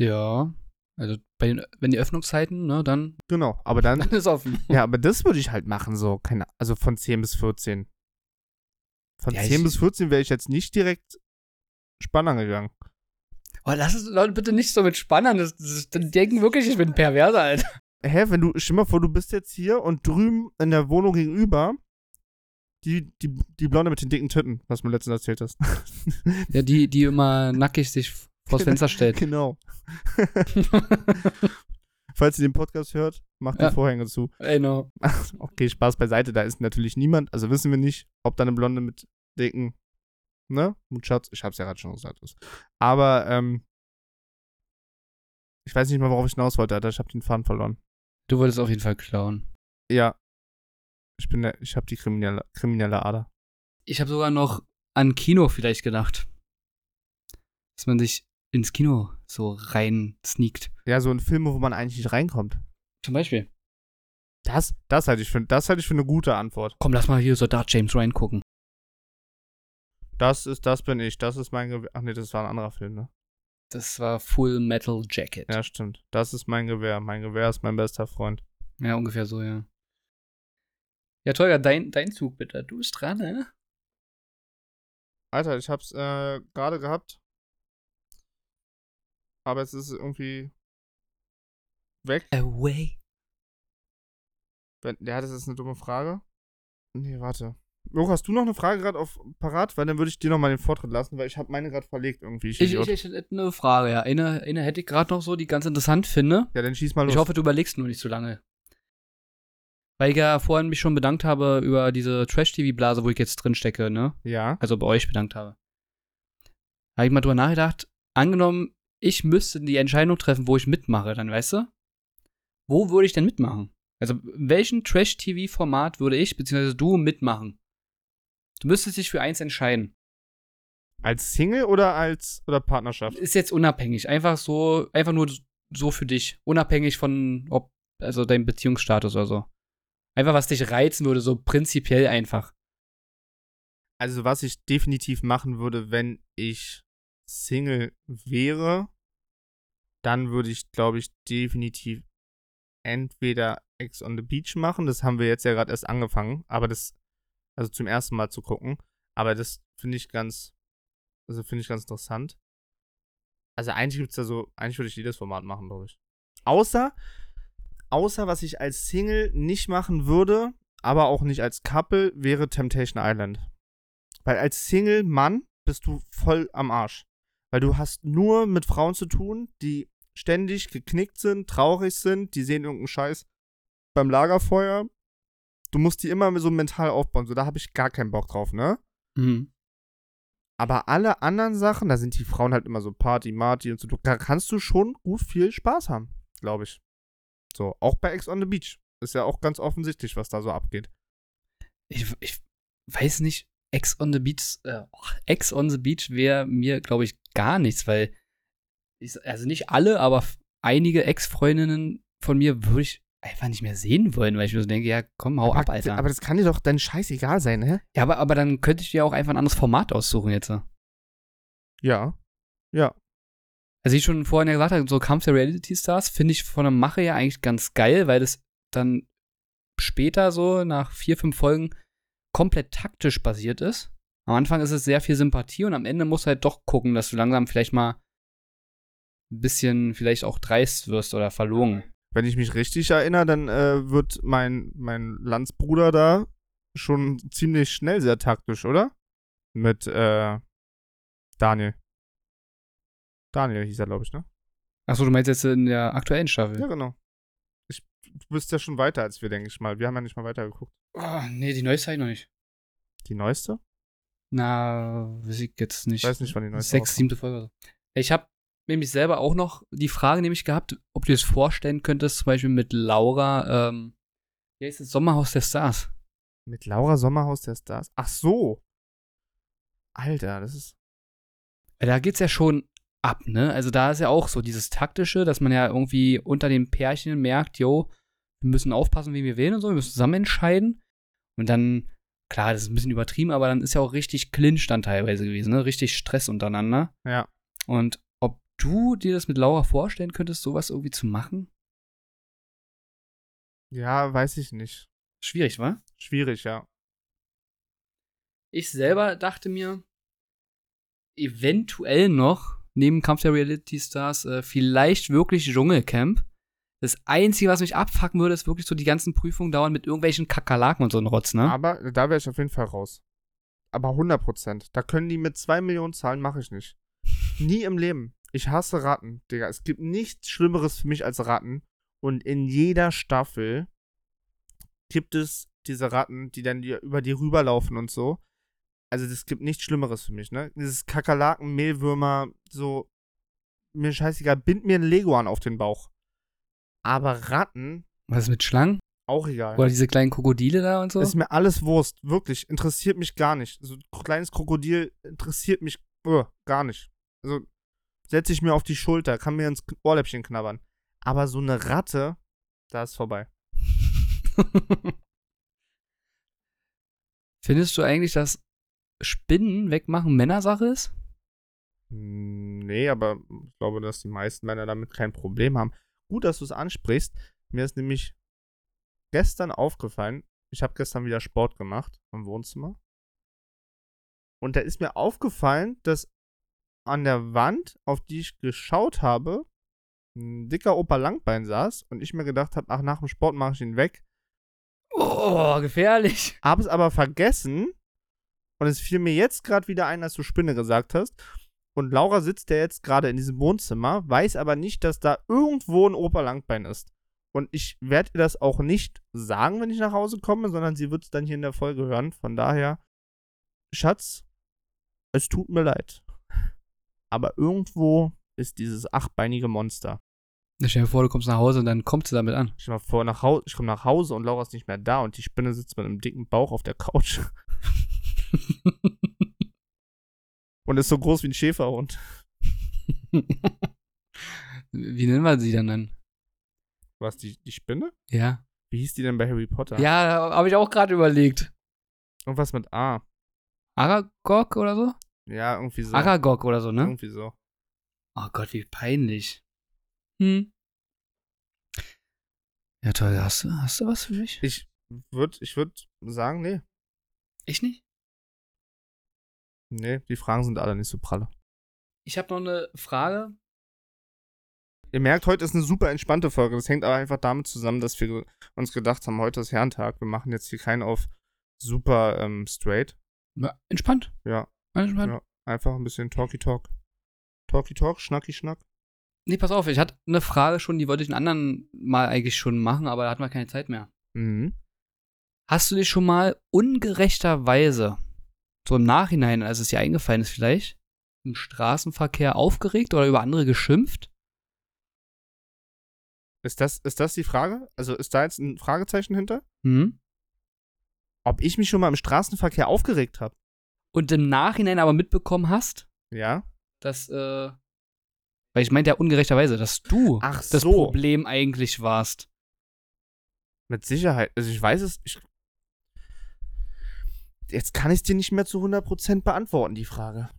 Ja, also bei den, wenn die Öffnungszeiten, ne, dann, Genau, aber dann, dann ist offen. ja, aber das würde ich halt machen, so, keine, also von 10 bis 14. Von Ja, 10 ich- bis 14 wäre ich jetzt nicht direkt spannern gegangen. Oh, lass es Leute bitte nicht so mit Spannern. Das, das, dann denken wirklich, ich bin ein Perverser, Alter. Hä, wenn du, stell mal vor, du bist jetzt hier und drüben in der Wohnung gegenüber, die, die, die Blonde mit den dicken Titten, was du mir letztens erzählt hast. Ja, die, die immer nackig sich vors Fenster stellt. genau. Falls ihr den Podcast hört, macht Ja. die Vorhänge zu. Ey, no. Okay, Spaß beiseite, da ist natürlich niemand, also wissen wir nicht, ob da eine Blonde mit dicken, ne, Mutschatz, ich hab's ja gerade schon gesagt, ist. Aber, ähm, ich weiß nicht mal, worauf ich hinaus wollte, Alter, ich hab den Faden verloren. Du wolltest auf jeden Fall klauen. Ja, ich bin, der, ich hab die kriminelle, kriminelle Ader. Ich habe sogar noch an Kino vielleicht gedacht. Dass man sich ins Kino so rein sneakt. Ja, so in Filme, wo man eigentlich nicht reinkommt. Zum Beispiel. Das, das halte ich für, das halte ich für eine gute Antwort. Komm, lass mal hier Soldat James Ryan gucken. Das ist, das bin ich, das ist mein, Gewehr. ach nee, das war ein anderer Film, ne? Das war Full Metal Jacket. Ja, stimmt. Das ist mein Gewehr, mein Gewehr ist mein bester Freund. Ja, ungefähr so, ja. Ja, Tolga, dein, dein Zug bitte. Du bist dran, ne? Alter, ich hab's äh, gerade gehabt. Aber jetzt ist es irgendwie weg. Away. Wenn, ja, das ist eine dumme Frage. Nee, warte. Joko, hast du noch eine Frage gerade auf parat? Weil dann würde ich dir nochmal den Vortritt lassen, weil ich habe meine gerade verlegt irgendwie. Ich, Ich, ich, Idiot. ich hätte eine Frage, ja. Eine, eine hätte ich gerade noch so, die ich ganz interessant finde. ja, dann schieß mal los. Ich hoffe, du überlegst nur nicht so lange. Weil ich ja vorhin mich schon bedankt habe über diese Trash-TV-Blase, wo ich jetzt drin stecke, ne? ja. Also bei euch bedankt habe. Habe ich mal drüber nachgedacht, angenommen, ich müsste die Entscheidung treffen, wo ich mitmache, dann weißt du, wo würde ich denn mitmachen? Also, in welchem Trash-TV-Format würde ich, beziehungsweise du, mitmachen? Du müsstest dich für eins entscheiden. Als Single oder als oder Partnerschaft? Ist jetzt unabhängig, einfach so, einfach nur so für dich. Unabhängig von, ob, also deinem Beziehungsstatus oder so. Einfach, was dich reizen würde, so prinzipiell einfach. Also, was ich definitiv machen würde, wenn ich Single wäre, dann würde ich, glaube ich, definitiv entweder Ex on the Beach machen. Das haben wir jetzt ja gerade erst angefangen, aber das, also zum ersten Mal zu gucken. Aber das finde ich ganz, also finde ich ganz interessant. Also, eigentlich gibt es da so, eigentlich würde ich jedes Format machen, glaube ich. Außer, außer was ich als Single nicht machen würde, aber auch nicht als Couple, wäre Temptation Island. Weil als Single-Mann bist du voll am Arsch. Weil du hast nur mit Frauen zu tun, die ständig geknickt sind, traurig sind, die sehen irgendeinen Scheiß beim Lagerfeuer. Du musst die immer so mental aufbauen. So, da habe ich gar keinen Bock drauf, ne? Mhm. Aber alle anderen Sachen, da sind die Frauen halt immer so Party, Marty und so. Du- Da kannst du schon gut viel Spaß haben, glaube ich. So, auch bei Ex on the Beach. Ist ja auch ganz offensichtlich, was da so abgeht. Ich, ich weiß nicht, Ex on the Beach, äh, Ex on the Beach wäre mir, glaube ich, gar nichts, weil ich, also nicht alle, aber f- einige Ex-Freundinnen von mir würde ich einfach nicht mehr sehen wollen, weil ich mir so denke, ja, komm, hau ab, aber, Alter. aber das kann dir doch dein Scheiß egal sein, hä? ja, aber, aber dann könnte ich dir auch einfach ein anderes Format aussuchen jetzt. äh. Ja. Also wie ich schon vorhin ja gesagt habe, so Kampf der Reality Stars finde ich von der Mache ja eigentlich ganz geil, weil das dann später so nach vier, fünf Folgen komplett taktisch basiert ist. Am Anfang ist es sehr viel Sympathie und am Ende musst du halt doch gucken, dass du langsam vielleicht mal ein bisschen vielleicht auch dreist wirst oder verlogen. Wenn ich mich richtig erinnere, dann äh, wird mein, mein Landsbruder da schon ziemlich schnell sehr taktisch, oder? Mit äh, Daniel. Daniel hieß er, glaube ich, ne? Achso, du meinst jetzt in der aktuellen Staffel? Ja, genau. Ich, du bist ja schon weiter als wir, denke ich mal. Wir haben ja nicht mal weitergeguckt. Oh, nee, die neueste habe ich noch nicht. Die neueste? Na, weiß ich jetzt nicht. Ich weiß nicht, wann die neueste Sechs, siebte Folge oder so. Ich habe nämlich selber auch noch die Frage nämlich gehabt, ob du es vorstellen könntest, zum Beispiel mit Laura, ähm, wie heißt das Sommerhaus der Stars? rauskommt. Mit Laura Sommerhaus der Stars. Ach so. Alter, das ist. Weil Da geht's ja schon ab, ne? Also da ist ja auch so dieses taktische, dass man ja irgendwie unter den Pärchen merkt, jo, wir müssen aufpassen, wen wir wählen und so, wir müssen zusammen entscheiden. Und dann, klar, das ist ein bisschen übertrieben, aber dann ist ja auch richtig Clinch dann teilweise gewesen, ne? Richtig Stress untereinander. Ja. Und ob du dir das mit Laura vorstellen könntest, sowas irgendwie zu machen? Ja, weiß ich nicht. Schwierig, wa? Schwierig, ja. Ich selber dachte mir, eventuell noch, neben Kampf der Reality Stars, äh, vielleicht wirklich Dschungelcamp. Das Einzige, was mich abfacken würde, ist wirklich so die ganzen Prüfungen dauern mit irgendwelchen Kakerlaken und so ein Rotz, ne? Aber da wäre ich auf jeden Fall raus. Aber 100 Prozent. Da können die mit 2 Millionen zahlen, mache ich nicht. Nie im Leben. Ich hasse Ratten, Digga. Es gibt nichts Schlimmeres für mich als Ratten. Und in jeder Staffel gibt es diese Ratten, die dann dir über die rüberlaufen und so. Also, es gibt nichts Schlimmeres für mich, ne? Dieses Kakerlaken, Mehlwürmer, so. Mir scheißegal, bind mir ein Lego an auf den Bauch. Aber Ratten, Was ist mit Schlangen? auch egal. Oder diese kleinen Krokodile da und so? Ist mir alles Wurst, wirklich. Interessiert mich gar nicht. So ein kleines Krokodil interessiert mich äh, gar nicht. Also setze ich mir auf die Schulter, kann mir ins Ohrläppchen knabbern. Aber so eine Ratte, da ist vorbei. Findest du eigentlich, dass Spinnen wegmachen Männersache ist? Mm, Nee, aber ich glaube, dass die meisten Männer damit kein Problem haben. Gut, dass du es ansprichst. Mir ist nämlich gestern aufgefallen, ich habe gestern wieder Sport gemacht im Wohnzimmer. Und da ist mir aufgefallen, dass an der Wand, auf die ich geschaut habe, ein dicker Opa Langbein saß und ich mir gedacht habe, ach, nach dem Sport mache ich ihn weg. Oh, gefährlich. Habe es aber vergessen. Und es fiel mir jetzt gerade wieder ein, als du Spinne gesagt hast. Und Laura sitzt ja jetzt gerade in diesem Wohnzimmer, weiß aber nicht, dass da irgendwo ein Opa Langbein ist. Und ich werde ihr das auch nicht sagen, wenn ich nach Hause komme, sondern sie wird es dann hier in der Folge hören. Von daher, Schatz, es tut mir leid. Aber irgendwo ist dieses achtbeinige Monster. Stell dir vor, du kommst nach Hause und dann kommst du damit an. Ich komme vor, nach Hause, ich komme nach Hause und Laura ist nicht mehr da und die Spinne sitzt mit einem dicken Bauch auf der Couch. Und ist so groß wie ein Schäferhund. Wie nennen wir sie denn dann? Was, die, die Spinne? Ja. Wie hieß die denn bei Harry Potter? Ja, habe ich auch gerade überlegt. Irgendwas mit A. Aragog oder so? Ja, irgendwie so. Aragog oder so, ne? Irgendwie so. Oh Gott, wie peinlich. Hm. Ja, toll. Hast du, hast du was für mich? Ich würde ich würd sagen, nee. Ich nicht. Nee, die Fragen sind alle nicht so pralle. Ich habe noch eine Frage. Ihr merkt, heute ist eine super entspannte Folge. Das hängt aber einfach damit zusammen, dass wir ge- uns gedacht haben, heute ist Herrentag. Wir machen jetzt hier keinen auf super ähm, straight. Ja, Entspannt. Ja. Entspannt. Ja. Einfach ein bisschen Talky-Talk. Talky-Talk, Schnacki-Schnack. Nee, pass auf, ich hatte eine Frage schon, die wollte ich einen anderen Mal eigentlich schon machen, aber da hatten wir keine Zeit mehr. Mhm. Hast du dich schon mal ungerechterweise, so im Nachhinein, als es dir eingefallen ist vielleicht, im Straßenverkehr aufgeregt oder über andere geschimpft? Ist das, ist das die Frage? Also ist da jetzt ein Fragezeichen hinter? Hm? Ob ich mich schon mal im Straßenverkehr aufgeregt habe? Und im Nachhinein aber mitbekommen hast, Ja. dass, äh, weil ich meinte ja ungerechterweise, dass du Ach das so. Problem eigentlich warst. Mit Sicherheit. Also ich weiß es. Ich Jetzt kann ich es dir nicht mehr zu 100% beantworten, die Frage.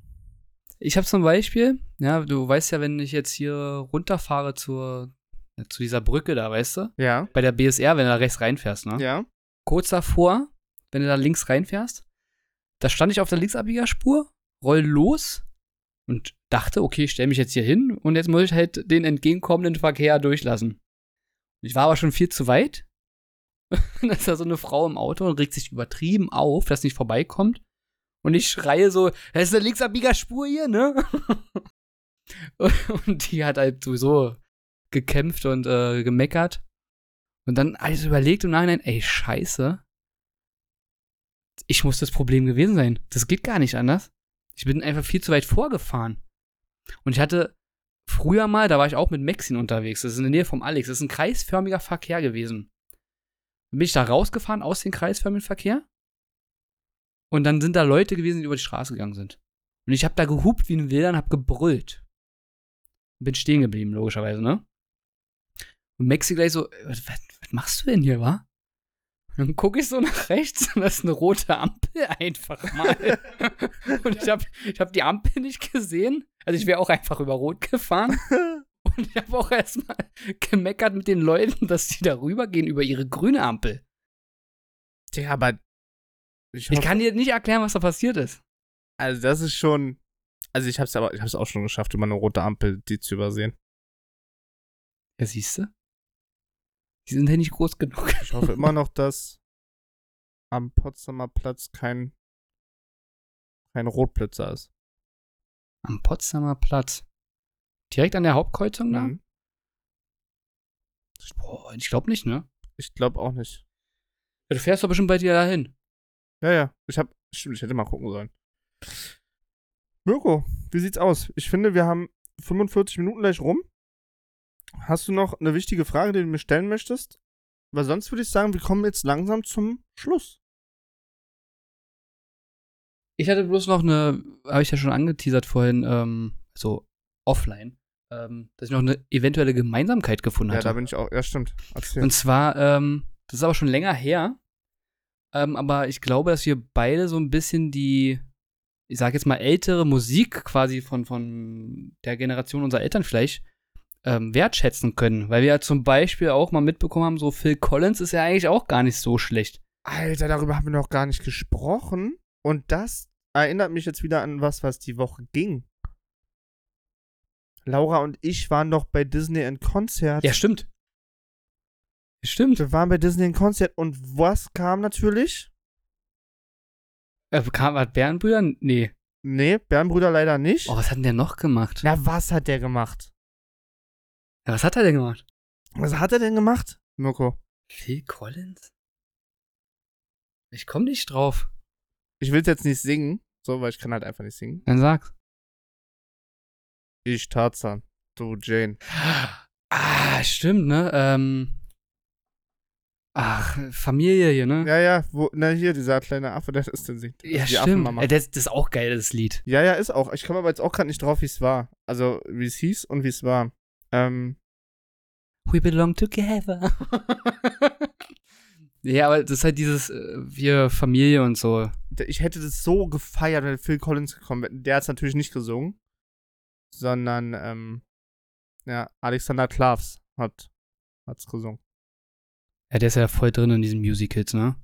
Ich habe zum Beispiel, ja, du weißt ja, wenn ich jetzt hier runterfahre zur, zu dieser Brücke da, weißt du? Ja. Bei der BSR, wenn du da rechts reinfährst, ne? Ja. kurz davor, wenn du da links reinfährst, da stand ich auf der Linksabbiegerspur, roll los und dachte, okay, ich stell mich jetzt hier hin und jetzt muss ich halt den entgegenkommenden Verkehr durchlassen. Ich war aber schon viel zu weit. Dann ist da so eine Frau im Auto und regt sich übertrieben auf, dass sie nicht vorbeikommt. Und ich schreie so, das ist eine Linksabbiegerspur hier, ne? Und die hat halt sowieso gekämpft und äh, gemeckert. Und dann alles überlegt im Nachhinein, ey, scheiße. Ich muss das Problem gewesen sein. Das geht gar nicht anders. Ich bin einfach viel zu weit vorgefahren. Und ich hatte früher mal, da war ich auch mit Maxin unterwegs. Das ist in der Nähe vom Alex. Das ist ein kreisförmiger Verkehr gewesen. Dann bin ich da rausgefahren aus dem kreisförmigen Verkehr. Und dann sind da Leute gewesen, die über die Straße gegangen sind. Und ich habe da gehupt wie ein Wilder und habe gebrüllt. Bin stehen geblieben, logischerweise, ne? Und Maxi gleich so, äh, was, was was machst du denn hier, wa? Und dann gucke ich so nach rechts und das ist eine rote Ampel einfach mal. und ich habe ich hab die Ampel nicht gesehen. Also ich wäre auch einfach über Rot gefahren. Und ich habe auch erstmal gemeckert mit den Leuten, dass die da rübergehen über ihre grüne Ampel. Ja, aber ich, Ich hoffe- kann dir nicht erklären, was da passiert ist. also das ist schon, also ich hab's aber, ich hab's auch schon geschafft, über eine rote Ampel die zu übersehen. Ja, siehst du? Die sind ja nicht groß genug. Ich hoffe immer noch, dass am Potsdamer Platz kein kein Rotblitzer ist. Am Potsdamer Platz. Direkt an der Hauptkreuzung da? Mhm. Boah, ich glaube nicht, ne? Ich glaube auch nicht. Ja, Du fährst doch bestimmt bei dir dahin. Ja, ja. Ich hab, stimmt, ich hätte mal gucken sollen. Mirko, wie sieht's aus? Ich finde, wir haben 45 Minuten gleich rum. Hast du noch eine wichtige Frage, die du mir stellen möchtest? Weil sonst würde ich sagen, wir kommen jetzt langsam zum Schluss. Ich hatte bloß noch eine, habe ich ja schon angeteasert vorhin, ähm, so offline, ähm, dass ich noch eine eventuelle Gemeinsamkeit gefunden Ja, hatte. da bin ich auch. Ja, stimmt. Erzähl. Und zwar, ähm, das ist aber schon länger her, ähm, aber ich glaube, dass wir beide so ein bisschen die, ich sag jetzt mal, ältere Musik quasi von, von der Generation unserer Eltern vielleicht ähm, wertschätzen können. Weil wir ja zum Beispiel auch mal mitbekommen haben, so Phil Collins ist ja eigentlich auch gar nicht so schlecht. Alter, darüber haben wir noch gar nicht gesprochen. Und das erinnert mich jetzt wieder an was, was die Woche ging. Laura und ich waren noch bei Disney ein Konzert. Ja, stimmt. Stimmt. Wir waren bei Disney ein Konzert und was kam natürlich? Äh, kam, hat Bärenbrüder? Nee. Nee, Bärenbrüder leider nicht. Oh, was hat denn der noch gemacht? Na, was hat der gemacht? Ja, was hat er denn gemacht? Was hat er denn gemacht? Mirko, Phil Collins? Ich komm nicht drauf. ich will jetzt nicht singen, so, weil ich kann halt einfach nicht singen. Dann sag's. Ich Tarzan, du Jane. Ah, stimmt, ne? Ähm. Ach, Familie hier, ne? Ja, ja, wo, na hier, dieser kleine Affe, der das denn singt. Ja, Also die stimmt. Affenmama. Ey, das, das ist auch geil, das Lied. Ja, ja, ist auch. Ich komme aber jetzt auch gerade nicht drauf, wie es war. Also, wie es hieß und wie es war. Ähm, We belong together. ja, aber das ist halt dieses, äh, wir Familie und so. d- ich hätte das so gefeiert, wenn Phil Collins gekommen wäre. Der hat es natürlich nicht gesungen, sondern, ähm, ja, Alexander Klavs hat es gesungen. Ja, der ist ja voll drin in diesen Musicals, ne?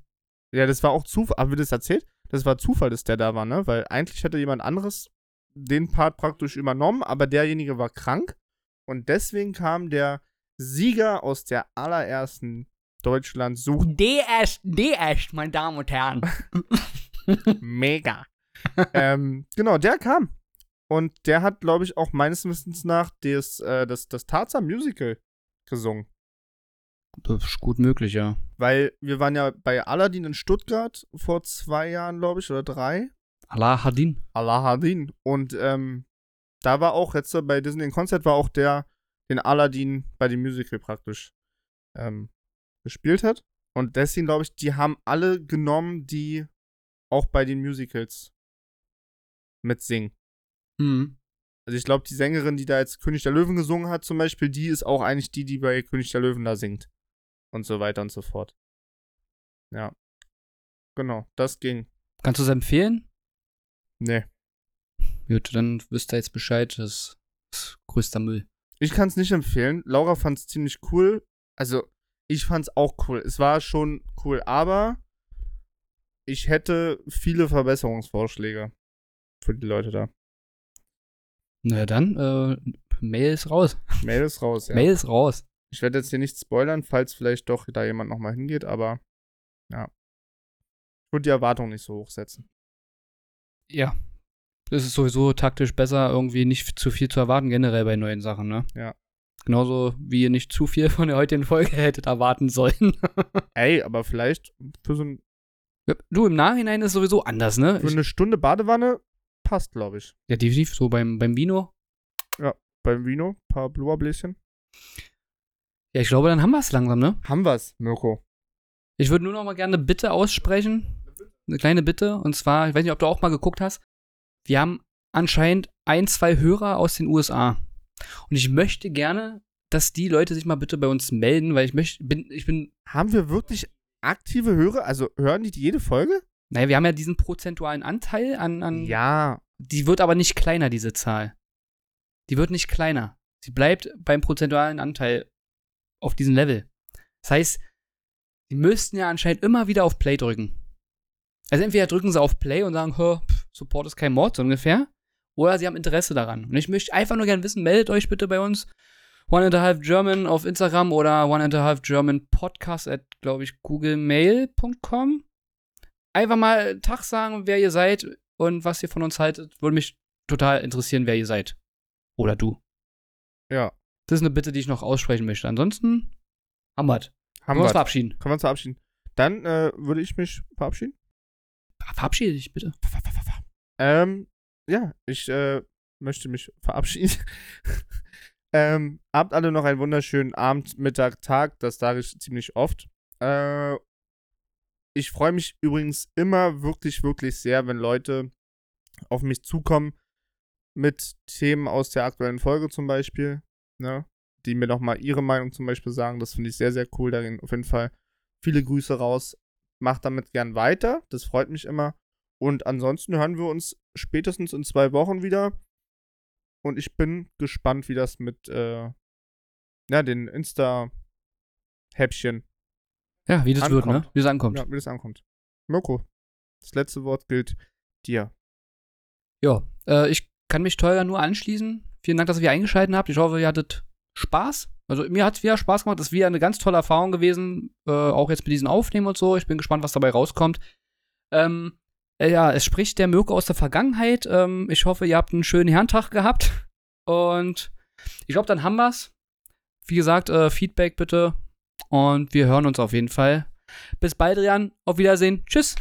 Ja, das war auch Zufall. Haben wir das erzählt? Das war Zufall, dass der da war, ne? Weil eigentlich hätte jemand anderes den Part praktisch übernommen, aber derjenige war krank Und deswegen kam der Sieger aus der allerersten Deutschland sucht DS, DS, meine Damen und Herren. mega. ähm, genau, der kam. Und der hat, glaube ich, auch meines Wissens nach des, äh, das, das Tarzan Musical gesungen. Das ist gut möglich, ja. Weil wir waren ja bei Aladdin in Stuttgart vor zwei Jahren, glaube ich, oder drei. Allah Hadin. Aladdin. Und ähm, da war auch jetzt bei Disney im Konzert war auch der, den Aladdin bei dem Musical praktisch ähm, gespielt hat. Und deswegen glaube ich, die haben alle genommen, die auch bei den Musicals mitsingen. Hm. Also ich glaube, die Sängerin, die da jetzt König der Löwen gesungen hat zum Beispiel, die ist auch eigentlich die, die bei König der Löwen da singt. Und so weiter und so fort. Ja. Genau, das ging. Kannst du es empfehlen? Nee. Gut, dann wisst ihr jetzt Bescheid, das ist größter Müll. Ich kann es nicht empfehlen. Laura fand es ziemlich cool. Also, ich fand es auch cool. Es war schon cool, aber ich hätte viele Verbesserungsvorschläge für die Leute da. Na ja, dann, äh, Mail ist raus. Mail ist raus, ja. Mail ist raus. Ich werde jetzt hier nichts spoilern, falls vielleicht doch da jemand nochmal hingeht, aber ja. Ich würde die Erwartung nicht so hoch setzen. Ja. Das ist sowieso taktisch besser, irgendwie nicht zu viel zu erwarten, generell bei neuen Sachen, ne? Ja. Genauso wie ihr nicht zu viel von der heutigen Folge hättet erwarten sollen. Ey, aber vielleicht für so ein, du, im Nachhinein ist sowieso anders, ne? für eine Stunde Badewanne passt, glaube ich. ja, definitiv so beim, beim Vino. Beim Vino, paar Blubberbläschen. Ja, ich glaube, dann haben wir es langsam, ne? Haben wir's, Mirko. Ich würde nur noch mal gerne eine Bitte aussprechen. Eine kleine Bitte. Und zwar, ich weiß nicht, ob du auch mal geguckt hast. Wir haben anscheinend ein, zwei Hörer aus den USA. Und ich möchte gerne, dass die Leute sich mal bitte bei uns melden, weil ich möchte, bin, ich bin, Haben wir wirklich aktive Hörer? Also hören die jede Folge? naja, wir haben ja diesen prozentualen Anteil an, an Ja. die wird aber nicht kleiner, diese Zahl. Die wird nicht kleiner. Sie bleibt beim prozentualen Anteil auf diesem Level. Das heißt, sie müssten ja anscheinend immer wieder auf Play drücken. Also entweder drücken sie auf Play und sagen, "Hö, pf, Support ist kein Mord, so ungefähr. Oder sie haben Interesse daran. Und ich möchte einfach nur gerne wissen, meldet euch bitte bei uns. One and a half German auf Instagram oder one and a half German Podcast at, glaube ich, googlemail.com. Einfach mal Tag sagen, wer ihr seid und was ihr von uns haltet. Würde mich total interessieren, wer ihr seid. Oder du. Ja. Das ist eine Bitte, die ich noch aussprechen möchte. Ansonsten haben wir's. Haben wir uns wir's. verabschieden. Können wir uns verabschieden. Dann äh, würde ich mich verabschieden. Ver- Verabschiede dich bitte. Ähm, ja, ich äh, möchte mich verabschieden. ähm, habt alle noch einen wunderschönen Abend, Mittag, Tag. Das sage ich ziemlich oft. Äh, ich freue mich übrigens immer wirklich, wirklich sehr, wenn Leute auf mich zukommen mit Themen aus der aktuellen Folge zum Beispiel, ne? die mir nochmal ihre Meinung zum Beispiel sagen. Das finde ich sehr, sehr cool. Da gehen auf jeden Fall viele Grüße raus. Macht damit gern weiter. Das freut mich immer. Und ansonsten hören wir uns spätestens in zwei Wochen wieder. Und ich bin gespannt, wie das mit äh, ja, den Insta-Häppchen, Ja, wie das wird, ne? Ankommt. Wie es ankommt. Ja. ja, wie das ankommt. Mirko, das letzte Wort gilt dir. Äh, ich kann mich teuer nur anschließen. Vielen Dank, dass ihr eingeschaltet habt. Ich hoffe, ihr hattet Spaß. Also mir hat es wieder Spaß gemacht. Das ist wieder eine ganz tolle Erfahrung gewesen. Äh, auch jetzt mit diesen Aufnehmen und so. Ich bin gespannt, was dabei rauskommt. Ähm, äh, ja, es spricht der Mirko aus der Vergangenheit. Ähm, ich hoffe, ihr habt einen schönen Herrentag gehabt. Und ich glaube, dann haben wir's. Wie gesagt, äh, Feedback bitte. Und wir hören uns auf jeden Fall. Bis bald, Rian. Auf Wiedersehen. Tschüss.